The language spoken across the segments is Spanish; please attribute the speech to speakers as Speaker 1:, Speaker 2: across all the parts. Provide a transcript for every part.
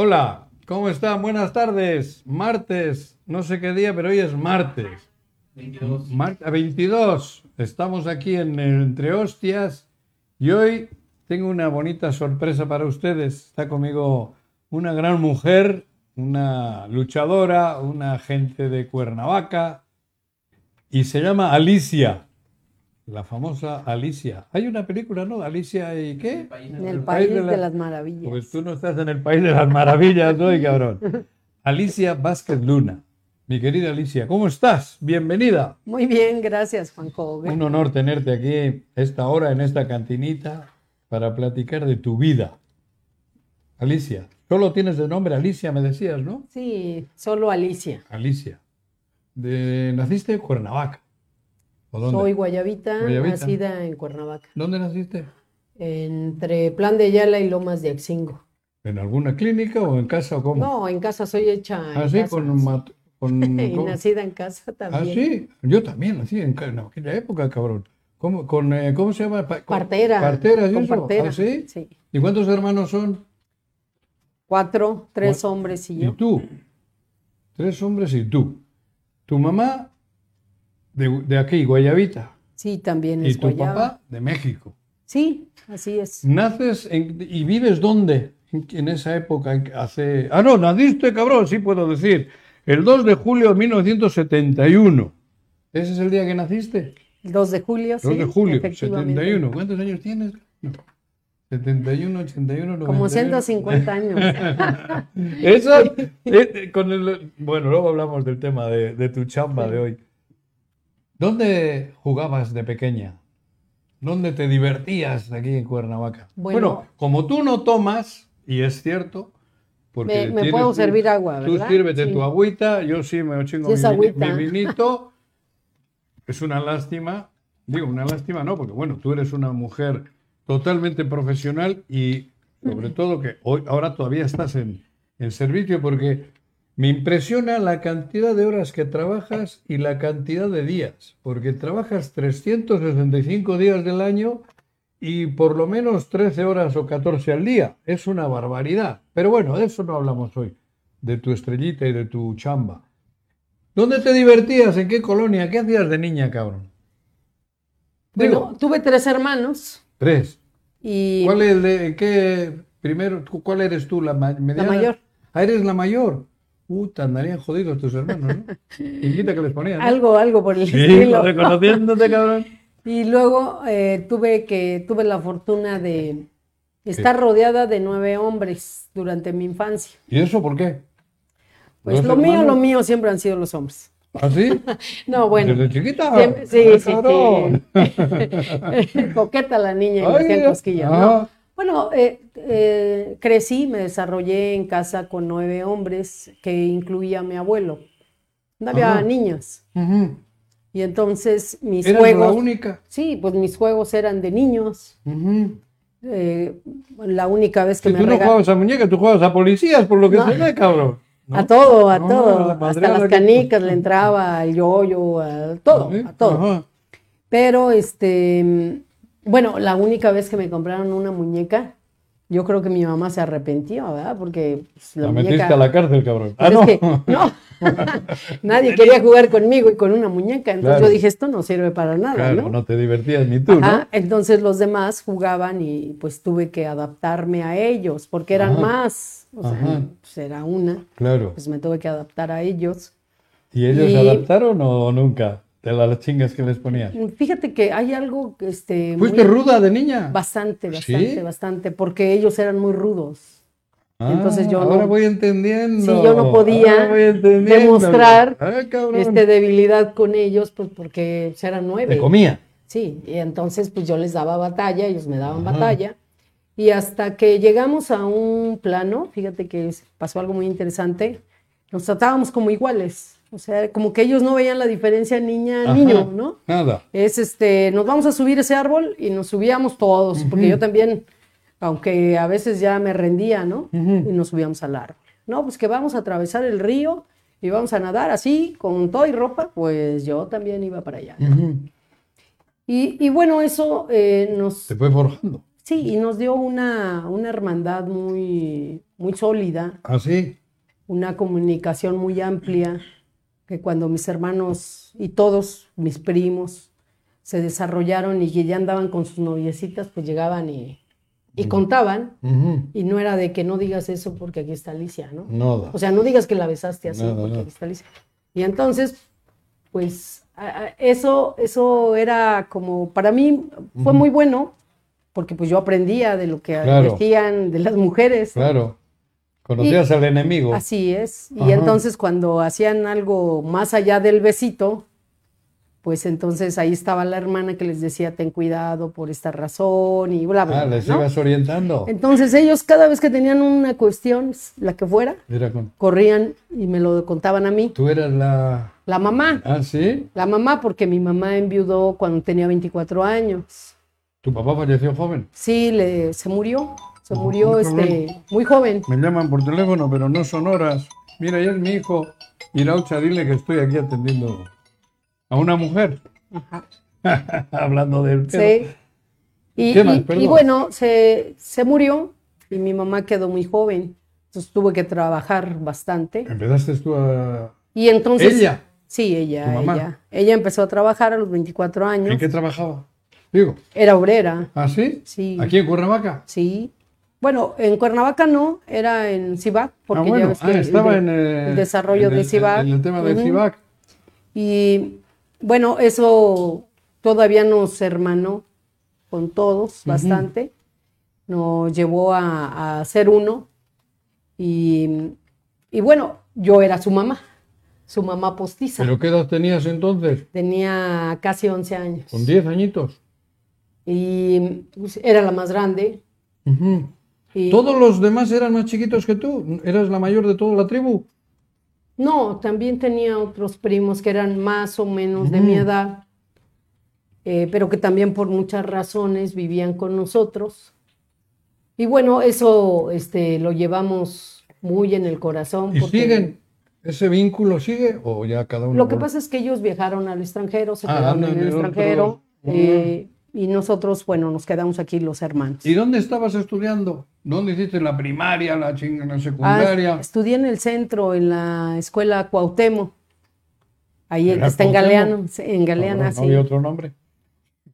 Speaker 1: Hola, ¿cómo están? Buenas tardes. Martes, no sé qué día, pero hoy es martes.
Speaker 2: 22.
Speaker 1: Mar- a 22. Estamos aquí en el Entre Hostias y hoy tengo una bonita sorpresa para ustedes. Está conmigo una gran mujer, una luchadora, una gente de Cuernavaca y se llama Alicia. La famosa Alicia. Hay una película, ¿no? Alicia y qué?
Speaker 2: País
Speaker 3: En
Speaker 1: El
Speaker 3: el
Speaker 1: país
Speaker 3: país
Speaker 1: de la-
Speaker 3: de las maravillas.
Speaker 1: Pues tú no estás en el país de las maravillas hoy, cabrón. Alicia Vázquez Luna. Mi querida Alicia, ¿cómo estás? Bienvenida.
Speaker 3: Muy bien, gracias, Juanjo.
Speaker 1: Un honor tenerte aquí a esta hora en esta cantinita para platicar de tu vida. Alicia, solo tienes de nombre Alicia, me decías, ¿no?
Speaker 3: Sí, solo Alicia.
Speaker 1: Alicia. De, ¿Naciste en Cuernavaca? ¿O dónde?
Speaker 3: Soy guayabita,
Speaker 1: Guayabita.
Speaker 3: nacida en Cuernavaca,
Speaker 1: ¿Dónde naciste?
Speaker 3: entre Plan de Yala y Lomas de Axingo.
Speaker 1: ¿En alguna clínica o en casa o cómo?
Speaker 3: No, en casa soy hecha en
Speaker 1: Así,
Speaker 3: casa,
Speaker 1: con, mat- con-
Speaker 3: Y
Speaker 1: con-
Speaker 3: nacida en casa
Speaker 1: Ah,
Speaker 3: también.
Speaker 1: sí, yo también, así, en, ca- en aquella época, cabrón. ¿Cómo, con, eh, ¿cómo se llama? Pa- con-
Speaker 3: Partera.
Speaker 1: Parteras y
Speaker 3: con
Speaker 1: eso. Ah,
Speaker 3: partera,
Speaker 1: ¿sí?
Speaker 3: sí.
Speaker 1: ¿Y cuántos hermanos son?
Speaker 3: Cuatro, tres hombres y
Speaker 1: Y
Speaker 3: yo.
Speaker 1: tú. Tres hombres y tú. Tu mamá, de, de aquí, Guayabita.
Speaker 3: Sí, también
Speaker 1: Y
Speaker 3: es
Speaker 1: tu
Speaker 3: guayaba.
Speaker 1: papá, de México.
Speaker 3: Sí, así es.
Speaker 1: ¿Naces en- y vives dónde? En, en esa época, en que hace... Ah, no, naciste, cabrón, sí puedo decir. El 2 de julio de 1971. ¿Ese es el día que naciste?
Speaker 3: El 2 de julio,
Speaker 1: 2
Speaker 3: sí,
Speaker 1: de julio,
Speaker 3: efectivamente.
Speaker 1: 71. ¿Cuántos años tienes? No. 71, 81, 91.
Speaker 3: Como 150 años.
Speaker 1: Eso, eh, eh, con el- bueno, luego hablamos del tema de, de tu chamba de hoy. ¿Dónde jugabas de pequeña? ¿Dónde te divertías aquí en Cuernavaca?
Speaker 3: Bueno.
Speaker 1: como tú no tomas, y es cierto, porque
Speaker 3: Me- me
Speaker 1: tienes
Speaker 3: puedo
Speaker 1: tu-
Speaker 3: servir agua,
Speaker 1: Tú
Speaker 3: ¿verdad?
Speaker 1: sírvete
Speaker 3: Sí.
Speaker 1: tu agüita, yo sí me chingo
Speaker 3: Sí, es
Speaker 1: mi, vini-
Speaker 3: agüita.
Speaker 1: mi vinito. Es una lástima, digo, una lástima no, porque bueno, tú eres una mujer totalmente profesional y sobre todo que hoy, ahora todavía estás en, en servicio porque me impresiona la cantidad de horas que trabajas y la cantidad de días, porque trabajas 365 días del año y por lo menos 13 horas o 14 al día. Es una barbaridad. Pero bueno, de eso no hablamos hoy, de tu estrellita y de tu chamba. ¿Dónde te divertías? ¿En qué colonia? ¿Qué hacías de niña, cabrón? Digo,
Speaker 3: Bueno, tuve tres hermanos
Speaker 1: tres.
Speaker 3: y
Speaker 1: ¿Cuál es el de- en qué primero? cu- ¿Cuál eres tú? La, ma- mediana?
Speaker 3: mayor.
Speaker 1: Ah, eres la mayor. Puta, andarían jodidos tus hermanos, ¿no? Quinquita que les ponían. ¿no?
Speaker 3: algo, algo por el
Speaker 1: Sí,
Speaker 3: estilo.
Speaker 1: reconociéndote, cabrón.
Speaker 3: Y luego eh, tuve que tuve la fortuna de estar rodeada de nueve hombres durante mi infancia.
Speaker 1: ¿Y eso por qué?
Speaker 3: Pues
Speaker 1: ¿Dos
Speaker 3: lo mío, lo
Speaker 1: hermanos?
Speaker 3: mío siempre han sido los hombres.
Speaker 1: ¿Ah, sí?
Speaker 3: No, bueno.
Speaker 1: ¿Desde chiquita?
Speaker 3: siempre-
Speaker 1: ¡Ah,
Speaker 3: sí, sí,
Speaker 1: cabrón!
Speaker 3: sí. Coqueta la niña y me
Speaker 1: Ay, ah.
Speaker 3: hacían cosquillas, ¿no?
Speaker 1: ajá.
Speaker 3: Bueno, eh, eh, crecí, me desarrollé en casa con nueve hombres que incluía a mi abuelo. No había
Speaker 1: Ajá.
Speaker 3: niñas.
Speaker 1: Ujú.
Speaker 3: Y entonces mis
Speaker 1: Eres Ah. la
Speaker 3: juegos,
Speaker 1: única.
Speaker 3: sí, pues mis juegos eran de niños.
Speaker 1: Ujú.
Speaker 3: Eh, la única vez que
Speaker 1: Si
Speaker 3: me
Speaker 1: tú no
Speaker 3: rega-
Speaker 1: jugabas a muñecas, tú jugabas a policías, por lo que se ve, cabrón. ¿no?
Speaker 3: A todo, a
Speaker 1: No,
Speaker 3: todo.
Speaker 1: la
Speaker 3: Hasta
Speaker 1: madreada
Speaker 3: las
Speaker 1: que-
Speaker 3: canicas le entraba, al yoyo, a todo,
Speaker 1: ¿Sí?
Speaker 3: a todo.
Speaker 1: Ajá.
Speaker 3: Pero este, mm, bueno, la única vez que me compraron una muñeca, yo creo que mi mamá se arrepintió, ¿verdad? Porque pues, la
Speaker 1: La metiste
Speaker 3: muñeca.
Speaker 1: a la cárcel, cabrón. Ah,
Speaker 3: pues,
Speaker 1: no.
Speaker 3: es que- no. Nadie quería jugar conmigo y con una muñeca. Entonces
Speaker 1: Claro.
Speaker 3: yo dije, esto no sirve para nada,
Speaker 1: Claro,
Speaker 3: ¿no?
Speaker 1: no te divertías ni tú,
Speaker 3: Ajá,
Speaker 1: ¿no?
Speaker 3: entonces los demás jugaban y pues tuve que adaptarme a ellos, porque eran
Speaker 1: Ajá.
Speaker 3: más, o sea,
Speaker 1: Ajá.
Speaker 3: pues, era una,
Speaker 1: Claro.
Speaker 3: pues me tuve que adaptar a ellos.
Speaker 1: ¿Y ellos
Speaker 3: y-
Speaker 1: adaptaron o nunca? De las chingas que les ponías.
Speaker 3: Fíjate que hay algo que, este muy-
Speaker 1: ¿Fuiste ruda de niña?
Speaker 3: bastante,
Speaker 1: ¿Sí?
Speaker 3: bastante, bastante, porque ellos eran muy rudos. entonces yo no-
Speaker 1: Ahora voy entendiendo.
Speaker 3: Sí, yo no podía
Speaker 1: Ah, Ahora voy entendiendo.
Speaker 3: demostrar,
Speaker 1: Ah, cabrón.
Speaker 3: Este debilidad con ellos, pues porque pues, eran
Speaker 1: Te
Speaker 3: nueve.
Speaker 1: comía.
Speaker 3: Sí, y entonces pues yo les daba batalla, ellos me daban batalla. Y hasta que llegamos a un plano, fíjate que es- pasó algo muy interesante, nos tratábamos como iguales, o sea, como que ellos no veían la diferencia
Speaker 1: Ajá.
Speaker 3: niña-niño, ¿no?
Speaker 1: Nada.
Speaker 3: Es este, nos vamos a subir ese árbol y nos subíamos todos, porque yo también, aunque a veces ya me rendía, ¿no? Y nos subíamos al árbol. No, pues que vamos a atravesar el río y vamos a nadar así, con todo y ropa, pues yo también iba para allá.
Speaker 1: Ujú.
Speaker 3: Y, y bueno, eso eh, nos...
Speaker 1: Se fue forjando.
Speaker 3: Sí, y nos dio una, una hermandad muy, muy sólida,
Speaker 1: Así.
Speaker 3: una comunicación muy amplia, que cuando mis hermanos y todos mis primos se desarrollaron y que ya andaban con sus noviecitas, pues llegaban y, y contaban.
Speaker 1: Ujú.
Speaker 3: Y no era de que no digas eso porque aquí está Alicia, ¿no?
Speaker 1: Nada.
Speaker 3: O sea, no digas que la besaste así,
Speaker 1: Nada,
Speaker 3: porque
Speaker 1: nada.
Speaker 3: aquí está Alicia. Y entonces, pues, a- a- eso, eso era como, para mí fue muy bueno, porque pues yo aprendía de lo que
Speaker 1: Claro.
Speaker 3: decían de las mujeres.
Speaker 1: claro. Conocías al enemigo.
Speaker 3: Así es. Y
Speaker 1: Ajá.
Speaker 3: entonces cuando hacían algo más allá del besito, pues entonces ahí estaba la hermana que les decía, ten cuidado por esta razón y bla, bla.
Speaker 1: Ah,
Speaker 3: bla,
Speaker 1: les
Speaker 3: ¿no?
Speaker 1: ibas orientando.
Speaker 3: Entonces ellos cada vez que tenían una cuestión, la que fuera,
Speaker 1: Mira, con-
Speaker 3: corrían y me lo contaban a mí.
Speaker 1: tú eras la.
Speaker 3: La mamá,
Speaker 1: Ah, sí.
Speaker 3: la mamá, porque mi mamá enviudó cuando tenía 24 años.
Speaker 1: Tu papá falleció joven.
Speaker 3: Sí, le, se murió, se murió
Speaker 1: Muy
Speaker 3: este, muy joven.
Speaker 1: Me llaman por teléfono, pero no son horas. Mira, ya es mi hijo. Iraucha, dile que estoy aquí atendiendo a una mujer. Hablando del pedo.
Speaker 3: Sí. Y,
Speaker 1: ¿Qué más?
Speaker 3: y- y
Speaker 1: Perdón.
Speaker 3: bueno, se, se murió y mi mamá quedó muy joven. Entonces tuve que trabajar bastante.
Speaker 1: Empezaste tú a.
Speaker 3: Y entonces.
Speaker 1: ¿Ella?
Speaker 3: Sí,
Speaker 1: ¿Tu
Speaker 3: ella,
Speaker 1: mamá?
Speaker 3: ella. Ella empezó a trabajar a los 24
Speaker 1: ¿En
Speaker 3: años.
Speaker 1: qué trabajaba? Digo,
Speaker 3: Era obrera.
Speaker 1: ¿ah, sí?
Speaker 3: Sí.
Speaker 1: ¿Aquí en Cuernavaca?
Speaker 3: Sí. Bueno, en Cuernavaca no, era en Cibac, porque
Speaker 1: ah,
Speaker 3: ya
Speaker 1: bueno,
Speaker 3: ves que
Speaker 1: ah,
Speaker 3: el
Speaker 1: estaba
Speaker 3: de-
Speaker 1: en eh,
Speaker 3: el desarrollo
Speaker 1: en
Speaker 3: de
Speaker 1: el-
Speaker 3: Cibac.
Speaker 1: En el tema de
Speaker 3: Ujú.
Speaker 1: Cibac.
Speaker 3: Y bueno, eso todavía nos hermanó con todos bastante. Nos llevó a, a ser uno. Y, y bueno, yo era su mamá, su mamá postiza.
Speaker 1: ¿Pero qué edad tenías entonces?
Speaker 3: Tenía casi 11 años.
Speaker 1: Con 10 añitos.
Speaker 3: Y pues, era la más grande.
Speaker 1: Ujú.
Speaker 3: Y,
Speaker 1: Todos los demás eran más chiquitos que tú. Eras la mayor de toda la tribu.
Speaker 3: No, también tenía otros primos que eran más o menos de mi
Speaker 1: Ujú.
Speaker 3: edad, eh, pero que también por muchas razones vivían con nosotros. Y bueno, eso este, lo llevamos muy en el corazón.
Speaker 1: ¿Y
Speaker 3: porque
Speaker 1: siguen? ¿Ese vínculo sigue? ¿O ya cada uno?
Speaker 3: Lo que
Speaker 1: por-
Speaker 3: pasa es que ellos viajaron al extranjero, se
Speaker 1: Ah,
Speaker 3: quedaron
Speaker 1: andan
Speaker 3: en el
Speaker 1: en otro-
Speaker 3: extranjero,
Speaker 1: Ujú.
Speaker 3: eh, y nosotros, bueno, nos quedamos aquí los hermanos.
Speaker 1: ¿Y dónde estabas estudiando? ¿Dónde hiciste la primaria, la chinga, la
Speaker 3: Ah,
Speaker 1: secundaria?
Speaker 3: estudié en el centro, en la escuela Cuauhtémoc, ahí el
Speaker 1: ¿Era
Speaker 3: que está en
Speaker 1: Cuauhtémoc?
Speaker 3: Galeana, en Galeana,
Speaker 1: Cabrón,
Speaker 3: sí.
Speaker 1: no había otro nombre.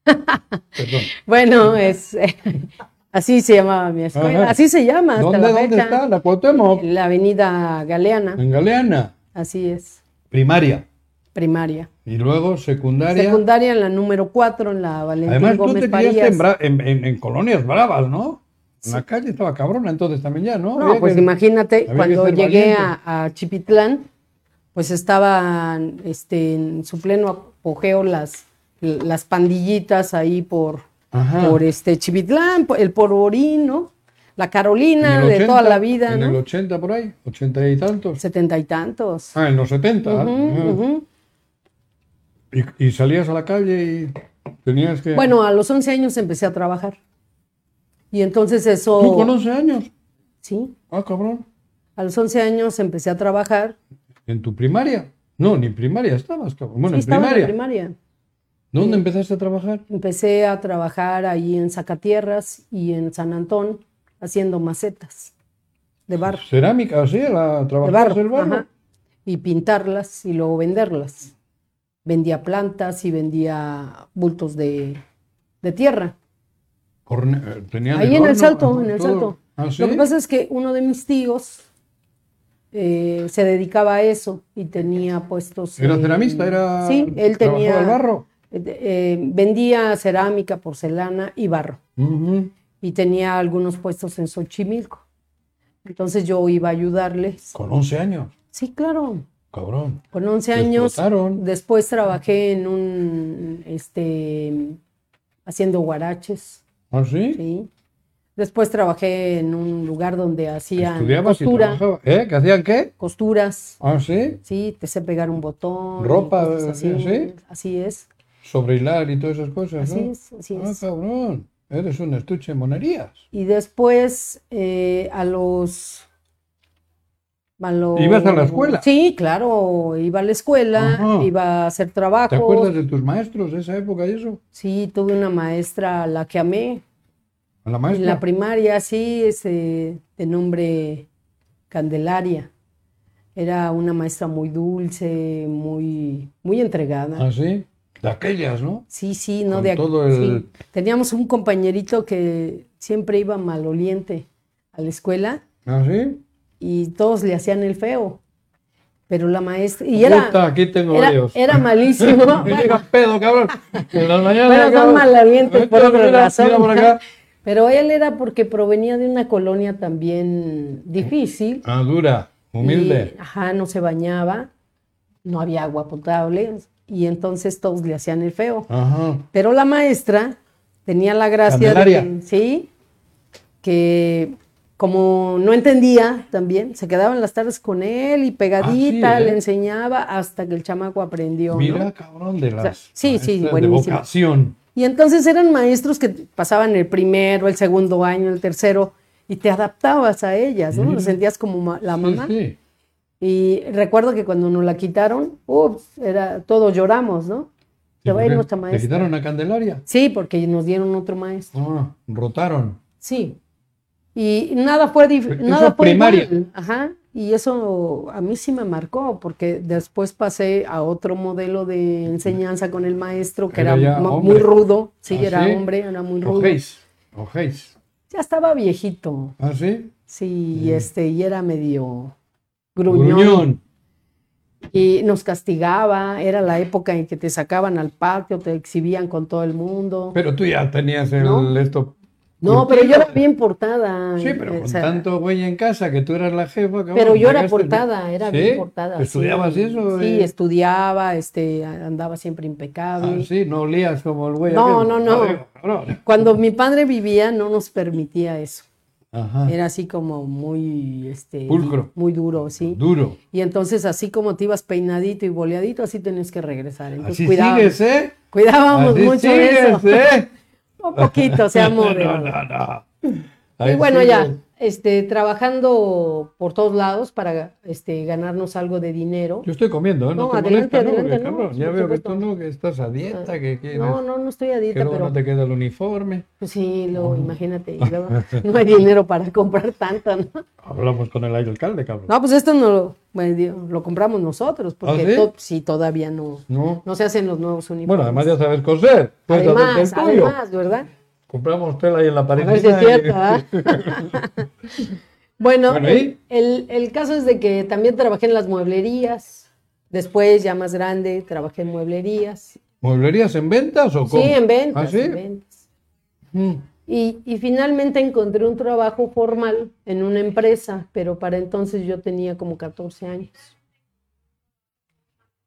Speaker 1: Perdón.
Speaker 3: Bueno, es, así se llamaba mi escuela,
Speaker 1: Ajá.
Speaker 3: así se llama hasta
Speaker 1: ¿Dónde,
Speaker 3: la
Speaker 1: dónde
Speaker 3: fecha.
Speaker 1: está? ¿La Cuauhtémoc?
Speaker 3: La avenida Galeana,
Speaker 1: En Galeana.
Speaker 3: así es,
Speaker 1: Primaria.
Speaker 3: primaria.
Speaker 1: Y luego secundaria.
Speaker 3: Secundaria en la número 4, en la Valentín
Speaker 1: Además, tú
Speaker 3: Gómez
Speaker 1: te criaste
Speaker 3: Farías.
Speaker 1: en, bra- en- en- en colonias bravas, ¿no? En la calle estaba cabrona, entonces también ya, ¿no?
Speaker 3: No,
Speaker 1: Había
Speaker 3: pues
Speaker 1: que-
Speaker 3: imagínate,
Speaker 1: había que
Speaker 3: cuando
Speaker 1: ser
Speaker 3: llegué
Speaker 1: valiente.
Speaker 3: a, a Chipitlán, pues estaban este, en su pleno apogeo las, las pandillitas ahí por,
Speaker 1: Ajá.
Speaker 3: por este Chipitlán, por- el Porvorín, ¿no? La
Speaker 1: En el
Speaker 3: Carolina de toda
Speaker 1: 80,
Speaker 3: la vida,
Speaker 1: En el
Speaker 3: ¿no?
Speaker 1: 80 por ahí, 80 y tantos.
Speaker 3: Setenta y tantos.
Speaker 1: Ah, en los 70. ah,
Speaker 3: Ujú,
Speaker 1: ah.
Speaker 3: ujú.
Speaker 1: Y, y salías a la calle y tenías que...
Speaker 3: Bueno, a los 11 años empecé a trabajar. Y entonces eso...
Speaker 1: Tú con 11 años.
Speaker 3: Sí,
Speaker 1: Ah, cabrón.
Speaker 3: a los 11 años empecé a trabajar.
Speaker 1: ¿En tu primaria? No, ni en primaria estabas, cabrón. Bueno, en
Speaker 3: Sí, estaba en la
Speaker 1: primaria.
Speaker 3: primaria.
Speaker 1: ¿Dónde empezaste a trabajar?
Speaker 3: Empecé a trabajar ahí en Zacatierras y en San Antón haciendo macetas de barro.
Speaker 1: Cerámica, así, la
Speaker 3: De
Speaker 1: trabajabas
Speaker 3: barro.
Speaker 1: el barro.
Speaker 3: ajá. Y pintarlas y luego venderlas. Vendía plantas y vendía bultos de, de tierra.
Speaker 1: Horne- eh, tenían
Speaker 3: Ahí
Speaker 1: el
Speaker 3: en el
Speaker 1: horno,
Speaker 3: Salto,
Speaker 1: ajá,
Speaker 3: en el
Speaker 1: todo.
Speaker 3: Salto.
Speaker 1: Ah, ¿sí?
Speaker 3: Lo que pasa es que uno de mis tíos eh, se dedicaba a eso y tenía puestos.
Speaker 1: Era
Speaker 3: en-
Speaker 1: ceramista, era...
Speaker 3: Sí, él
Speaker 1: trabajaba
Speaker 3: tenía.
Speaker 1: el barro.
Speaker 3: eh, eh, vendía cerámica, porcelana y barro.
Speaker 1: Ujú.
Speaker 3: Y tenía algunos puestos en Xochimilco. Entonces yo iba a ayudarles.
Speaker 1: Con 11 años,
Speaker 3: Sí, claro.
Speaker 1: cabrón.
Speaker 3: Con 11
Speaker 1: Te
Speaker 3: años.
Speaker 1: explotaron.
Speaker 3: Después trabajé en un. Este, haciendo guaraches.
Speaker 1: ¿Ah, sí?
Speaker 3: Sí. Después trabajé en un lugar donde hacían
Speaker 1: Estudiabas y
Speaker 3: costura,
Speaker 1: trabajabas. ¿Eh? ¿Que hacían qué?
Speaker 3: costuras,
Speaker 1: Ah, sí.
Speaker 3: sí, te sé pegar un botón, y
Speaker 1: Ropa,
Speaker 3: cosas así,
Speaker 1: ¿sí?
Speaker 3: así es,
Speaker 1: Sobre hilar y todas esas cosas,
Speaker 3: así
Speaker 1: ¿no?
Speaker 3: es, así
Speaker 1: Ah,
Speaker 3: es.
Speaker 1: cabrón. Eres un estuche de monerías.
Speaker 3: Y después eh, a los, a los-
Speaker 1: ¿Ibas a la escuela?
Speaker 3: Sí, claro, iba a la escuela,
Speaker 1: Ajá.
Speaker 3: iba a hacer
Speaker 1: ¿Te
Speaker 3: trabajos.
Speaker 1: acuerdas de tus maestros de esa época y eso?
Speaker 3: Sí, tuve una maestra a la que amé,
Speaker 1: ¿A la maestra?
Speaker 3: En la primaria, sí, ese, de nombre Candelaria. Era una maestra muy dulce, muy, muy entregada.
Speaker 1: ¿Ah, sí? De aquellas, ¿no?
Speaker 3: Sí, sí, no
Speaker 1: Con
Speaker 3: de ac-
Speaker 1: todo el-
Speaker 3: sí. Teníamos un compañerito que siempre iba maloliente a la escuela
Speaker 1: ¿Ah, sí?
Speaker 3: y todos le hacían el feo. Pero la maestra. Y era,
Speaker 1: Puta, aquí tengo
Speaker 3: era,
Speaker 1: varios.
Speaker 3: era malísimo.
Speaker 1: Me
Speaker 3: Bueno,
Speaker 1: digas pedo, cabrón. En las mañanas.
Speaker 3: Bueno, son
Speaker 1: cabrón.
Speaker 3: malalientes por
Speaker 1: Mira,
Speaker 3: otra
Speaker 1: mira,
Speaker 3: razón.
Speaker 1: mira por acá.
Speaker 3: Pero él era porque provenía de una colonia también difícil.
Speaker 1: Ah, dura, humilde.
Speaker 3: Y, ajá, no se bañaba, no había agua potable y entonces todos le hacían el feo.
Speaker 1: Ajá.
Speaker 3: Pero la maestra tenía la gracia de
Speaker 1: Candelaria.
Speaker 3: que, sí, que como no entendía también, se quedaban las tardes con él y pegadita
Speaker 1: Ah, sí, ¿eh?
Speaker 3: le enseñaba hasta que el chamaco aprendió. ¿no?
Speaker 1: Mira, cabrón, de las.
Speaker 3: sea, sí, sí,
Speaker 1: maestras De
Speaker 3: buenísimo.
Speaker 1: vocación.
Speaker 3: Y entonces eran maestros que pasaban el primero, el segundo año, el tercero, y te adaptabas a ellas, ¿no? Lo sentías como ma- la
Speaker 1: Sí,
Speaker 3: mamá.
Speaker 1: sí.
Speaker 3: Y recuerdo que cuando nos la quitaron, ups, era, todos lloramos, ¿no? Se va a ir
Speaker 1: Porque
Speaker 3: nuestra
Speaker 1: ¿Te
Speaker 3: maestra.
Speaker 1: quitaron a Candelaria?
Speaker 3: Sí, porque nos dieron otro maestro.
Speaker 1: Ah, rotaron.
Speaker 3: Sí. Y nada fue dif-
Speaker 1: Eso
Speaker 3: nada
Speaker 1: es
Speaker 3: fue
Speaker 1: primaria.
Speaker 3: igual. Ajá. Y eso a mí sí me marcó, porque después pasé a otro modelo de enseñanza con el maestro, que
Speaker 1: Era
Speaker 3: era,
Speaker 1: ya
Speaker 3: ma-
Speaker 1: hombre.
Speaker 3: muy rudo. Sí,
Speaker 1: ¿Ah,
Speaker 3: era
Speaker 1: sí?
Speaker 3: hombre, era muy rudo.
Speaker 1: Ojéis. Ojéis.
Speaker 3: Ya estaba viejito.
Speaker 1: ¿Ah, sí?
Speaker 3: Sí, y este, y era medio
Speaker 1: Mm.
Speaker 3: gruñón.
Speaker 1: Gruñón.
Speaker 3: Y nos castigaba, era la época en que te sacaban al patio, te exhibían con todo el mundo.
Speaker 1: Pero tú ya tenías el
Speaker 3: ¿No?
Speaker 1: esto.
Speaker 3: no, pero yo era bien portada.
Speaker 1: Sí, pero
Speaker 3: eh,
Speaker 1: con
Speaker 3: o sea,
Speaker 1: tanto güey en casa que tú eras la jefa. cabrón,
Speaker 3: Pero yo era
Speaker 1: llegaste-
Speaker 3: portada, era
Speaker 1: ¿Sí?
Speaker 3: bien portada. sí.
Speaker 1: ¿Estudiabas eso?
Speaker 3: Sí,
Speaker 1: eh?
Speaker 3: estudiaba, este, andaba siempre
Speaker 1: Ah,
Speaker 3: impecable.
Speaker 1: sí, no olías como el güey.
Speaker 3: No,
Speaker 1: aquel.
Speaker 3: no, no.
Speaker 1: digo, cabrón.
Speaker 3: Cuando mi padre vivía no nos permitía eso.
Speaker 1: Ajá.
Speaker 3: Era así como muy, este,
Speaker 1: Pulcro.
Speaker 3: muy duro, sí.
Speaker 1: Duro.
Speaker 3: Y entonces así como te ibas peinadito y boleadito, así tenías que regresar. Entonces
Speaker 1: Así
Speaker 3: cuidaba-
Speaker 1: sigues, ¿eh?
Speaker 3: cuidábamos
Speaker 1: Así
Speaker 3: mucho
Speaker 1: sigues,
Speaker 3: eso.
Speaker 1: ¿eh?
Speaker 3: Un poquito, se
Speaker 1: No,
Speaker 3: amor.
Speaker 1: no, no.
Speaker 3: Y
Speaker 1: Ahí
Speaker 3: bueno,
Speaker 1: sigues.
Speaker 3: ya, este, trabajando por todos lados para este, ganarnos algo de dinero.
Speaker 1: Yo estoy comiendo, ¿eh? No,
Speaker 3: No,
Speaker 1: te
Speaker 3: adelante,
Speaker 1: molesta, ¿no? Porque,
Speaker 3: adelante, no,
Speaker 1: cabrón, ya
Speaker 3: por
Speaker 1: veo que
Speaker 3: supuesto. Ah.
Speaker 1: tú no, que estás a dieta, que quieres,
Speaker 3: No, no, no estoy a
Speaker 1: que
Speaker 3: dieta,
Speaker 1: luego
Speaker 3: pero
Speaker 1: no te queda el uniforme.
Speaker 3: pues sí, luego imagínate, y luego no hay dinero para comprar tanto, ¿no?
Speaker 1: Hablamos con el alcalde, cabrón.
Speaker 3: No, pues esto no lo, bueno, digo, lo compramos nosotros, porque
Speaker 1: sí?
Speaker 3: to- ¿Ah, sí, todavía no,
Speaker 1: No.
Speaker 3: no se hacen los nuevos
Speaker 1: Bueno,
Speaker 3: uniformes.
Speaker 1: además ya sabes coser. Puedes hacerte
Speaker 3: además,
Speaker 1: el tuyo.
Speaker 3: además, ¿verdad?
Speaker 1: Compramos tela ahí en la pared.
Speaker 3: A ver si es cierto, ¿ah? Bueno,
Speaker 1: Bueno,
Speaker 3: el,
Speaker 1: ¿y?
Speaker 3: el- el caso es de que también trabajé en las mueblerías. Después, ya más grande, trabajé en mueblerías.
Speaker 1: ¿Mueblerías en ventas o cómo?
Speaker 3: Sí, en ventas.
Speaker 1: ¿Ah, sí?
Speaker 3: en ventas.
Speaker 1: Mm.
Speaker 3: Y, y finalmente encontré un trabajo formal en una empresa, pero para entonces yo tenía como 14 años.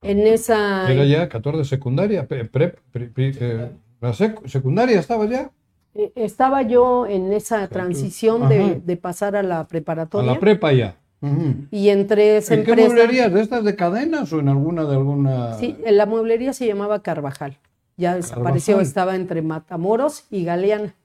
Speaker 3: En esa...
Speaker 1: Era ya 14 secundaria, pre- pre- pre- pre- eh, la sec- secundaria estaba ya,
Speaker 3: eh, Estaba yo en esa transición
Speaker 1: Ajá.
Speaker 3: de, de pasar a la
Speaker 1: a
Speaker 3: preparatoria
Speaker 1: la prepa ya. Ujú.
Speaker 3: y entré a esa
Speaker 1: ¿En qué
Speaker 3: empresa.
Speaker 1: mueblerías? ¿De estas de cadenas o en alguna de alguna?
Speaker 3: Sí, la mueblería se llamaba Carvajal. Ya desapareció,
Speaker 1: Carvajal.
Speaker 3: estaba entre Matamoros y Galeana.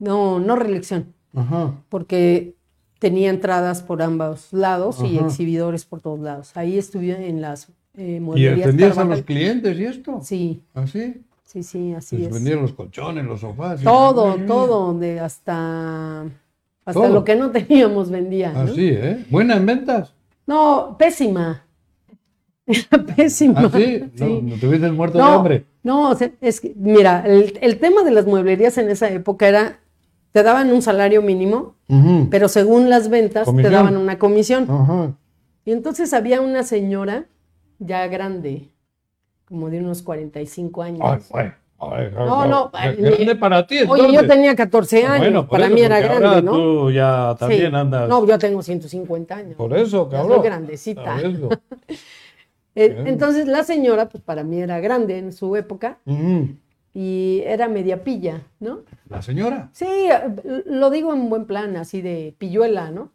Speaker 3: No, no reelección,
Speaker 1: Ajá.
Speaker 3: porque tenía entradas por ambos lados y
Speaker 1: Ajá.
Speaker 3: exhibidores por todos lados. Ahí estuve en las eh,
Speaker 1: ¿Y
Speaker 3: mueblerías
Speaker 1: atendías a
Speaker 3: Carvajal.
Speaker 1: los clientes y esto?
Speaker 3: Sí,
Speaker 1: ¿Así?
Speaker 3: sí, sí, así
Speaker 1: ¿Ah, Les
Speaker 3: es.
Speaker 1: vendían los colchones, Pues los sofás. y-
Speaker 3: Todo, todo, de hasta, hasta
Speaker 1: Todo.
Speaker 3: lo que no teníamos vendía. ¿no?
Speaker 1: Así, ¿eh? Buenas en ventas.
Speaker 3: No, pésima. Era pésima.
Speaker 1: Así. ¿Ah,
Speaker 3: Sí.
Speaker 1: No, no te hubieses muerto de
Speaker 3: No,
Speaker 1: hambre.
Speaker 3: no, o sea, es que, mira, el, el tema de las mueblerías en esa época era, te daban un salario mínimo,
Speaker 1: Ujú.
Speaker 3: pero según las ventas
Speaker 1: Comisión.
Speaker 3: te daban una comisión.
Speaker 1: Ajá.
Speaker 3: Y entonces había una señora ya grande, como de unos 45 años.
Speaker 1: Ay, güey. Ay,
Speaker 3: No,
Speaker 1: ay,
Speaker 3: no,
Speaker 1: ay,
Speaker 3: eh,
Speaker 1: Grande para ti,
Speaker 3: Oye,
Speaker 1: entonces. Ah,
Speaker 3: yo tenía 14 años,
Speaker 1: Bueno, por
Speaker 3: para
Speaker 1: eso,
Speaker 3: mí era
Speaker 1: porque
Speaker 3: grande,
Speaker 1: ahora
Speaker 3: ¿no?
Speaker 1: Tú ya también
Speaker 3: Sí.
Speaker 1: andas.
Speaker 3: No, yo tengo 150 años.
Speaker 1: por eso,
Speaker 3: Ya soy
Speaker 1: cabrón.
Speaker 3: grandecita.
Speaker 1: Por eso.
Speaker 3: Eh,
Speaker 1: bien.
Speaker 3: Entonces la señora, pues para mí era grande en su época
Speaker 1: Ujú.
Speaker 3: y era media pilla, ¿no?
Speaker 1: La señora.
Speaker 3: Sí, lo digo en buen plan, así de pilluela, ¿no?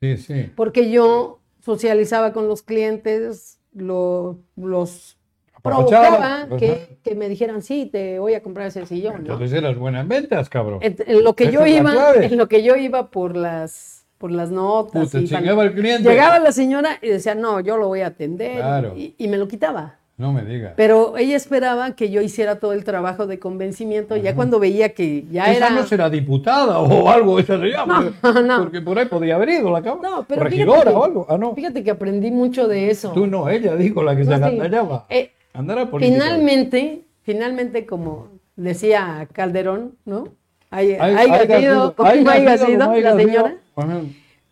Speaker 1: Sí, sí.
Speaker 3: Porque yo socializaba con los clientes, lo- los
Speaker 1: Aprovechaba,
Speaker 3: provocaba
Speaker 1: ajá.
Speaker 3: que, que me dijeran, sí, te voy a comprar ese sillón, ¿no?
Speaker 1: Entonces eras buena en ventas, cabrón.
Speaker 3: En, en lo que
Speaker 1: esa
Speaker 3: yo
Speaker 1: es la
Speaker 3: iba,
Speaker 1: clave.
Speaker 3: en lo que yo iba por las, por las
Speaker 1: Puta,
Speaker 3: notas. y
Speaker 1: chingaba el cliente.
Speaker 3: Llegaba la señora y decía, no, yo lo voy a atender.
Speaker 1: Claro.
Speaker 3: Y, y me lo quitaba.
Speaker 1: No me digas.
Speaker 3: Pero ella esperaba que yo hiciera todo el trabajo de convencimiento. Ya cuando veía que ya
Speaker 1: Esa
Speaker 3: era.
Speaker 1: no será diputada o algo, esa sería,
Speaker 3: No,
Speaker 1: porque,
Speaker 3: no.
Speaker 1: porque por ahí podía haber ido la cámara.
Speaker 3: No, pero
Speaker 1: regidora
Speaker 3: fíjate que-
Speaker 1: o algo. Ah, no.
Speaker 3: Fíjate que aprendí mucho de eso.
Speaker 1: Tú no, ella dijo la que se
Speaker 3: Pues sí.
Speaker 1: agandallaba.
Speaker 3: Eh,
Speaker 1: Andará por
Speaker 3: Finalmente, finalmente, como decía Calderón, ¿no? Hay,
Speaker 1: Hay
Speaker 3: hay gatido, como no hay gatido, la señora.
Speaker 1: Ajá,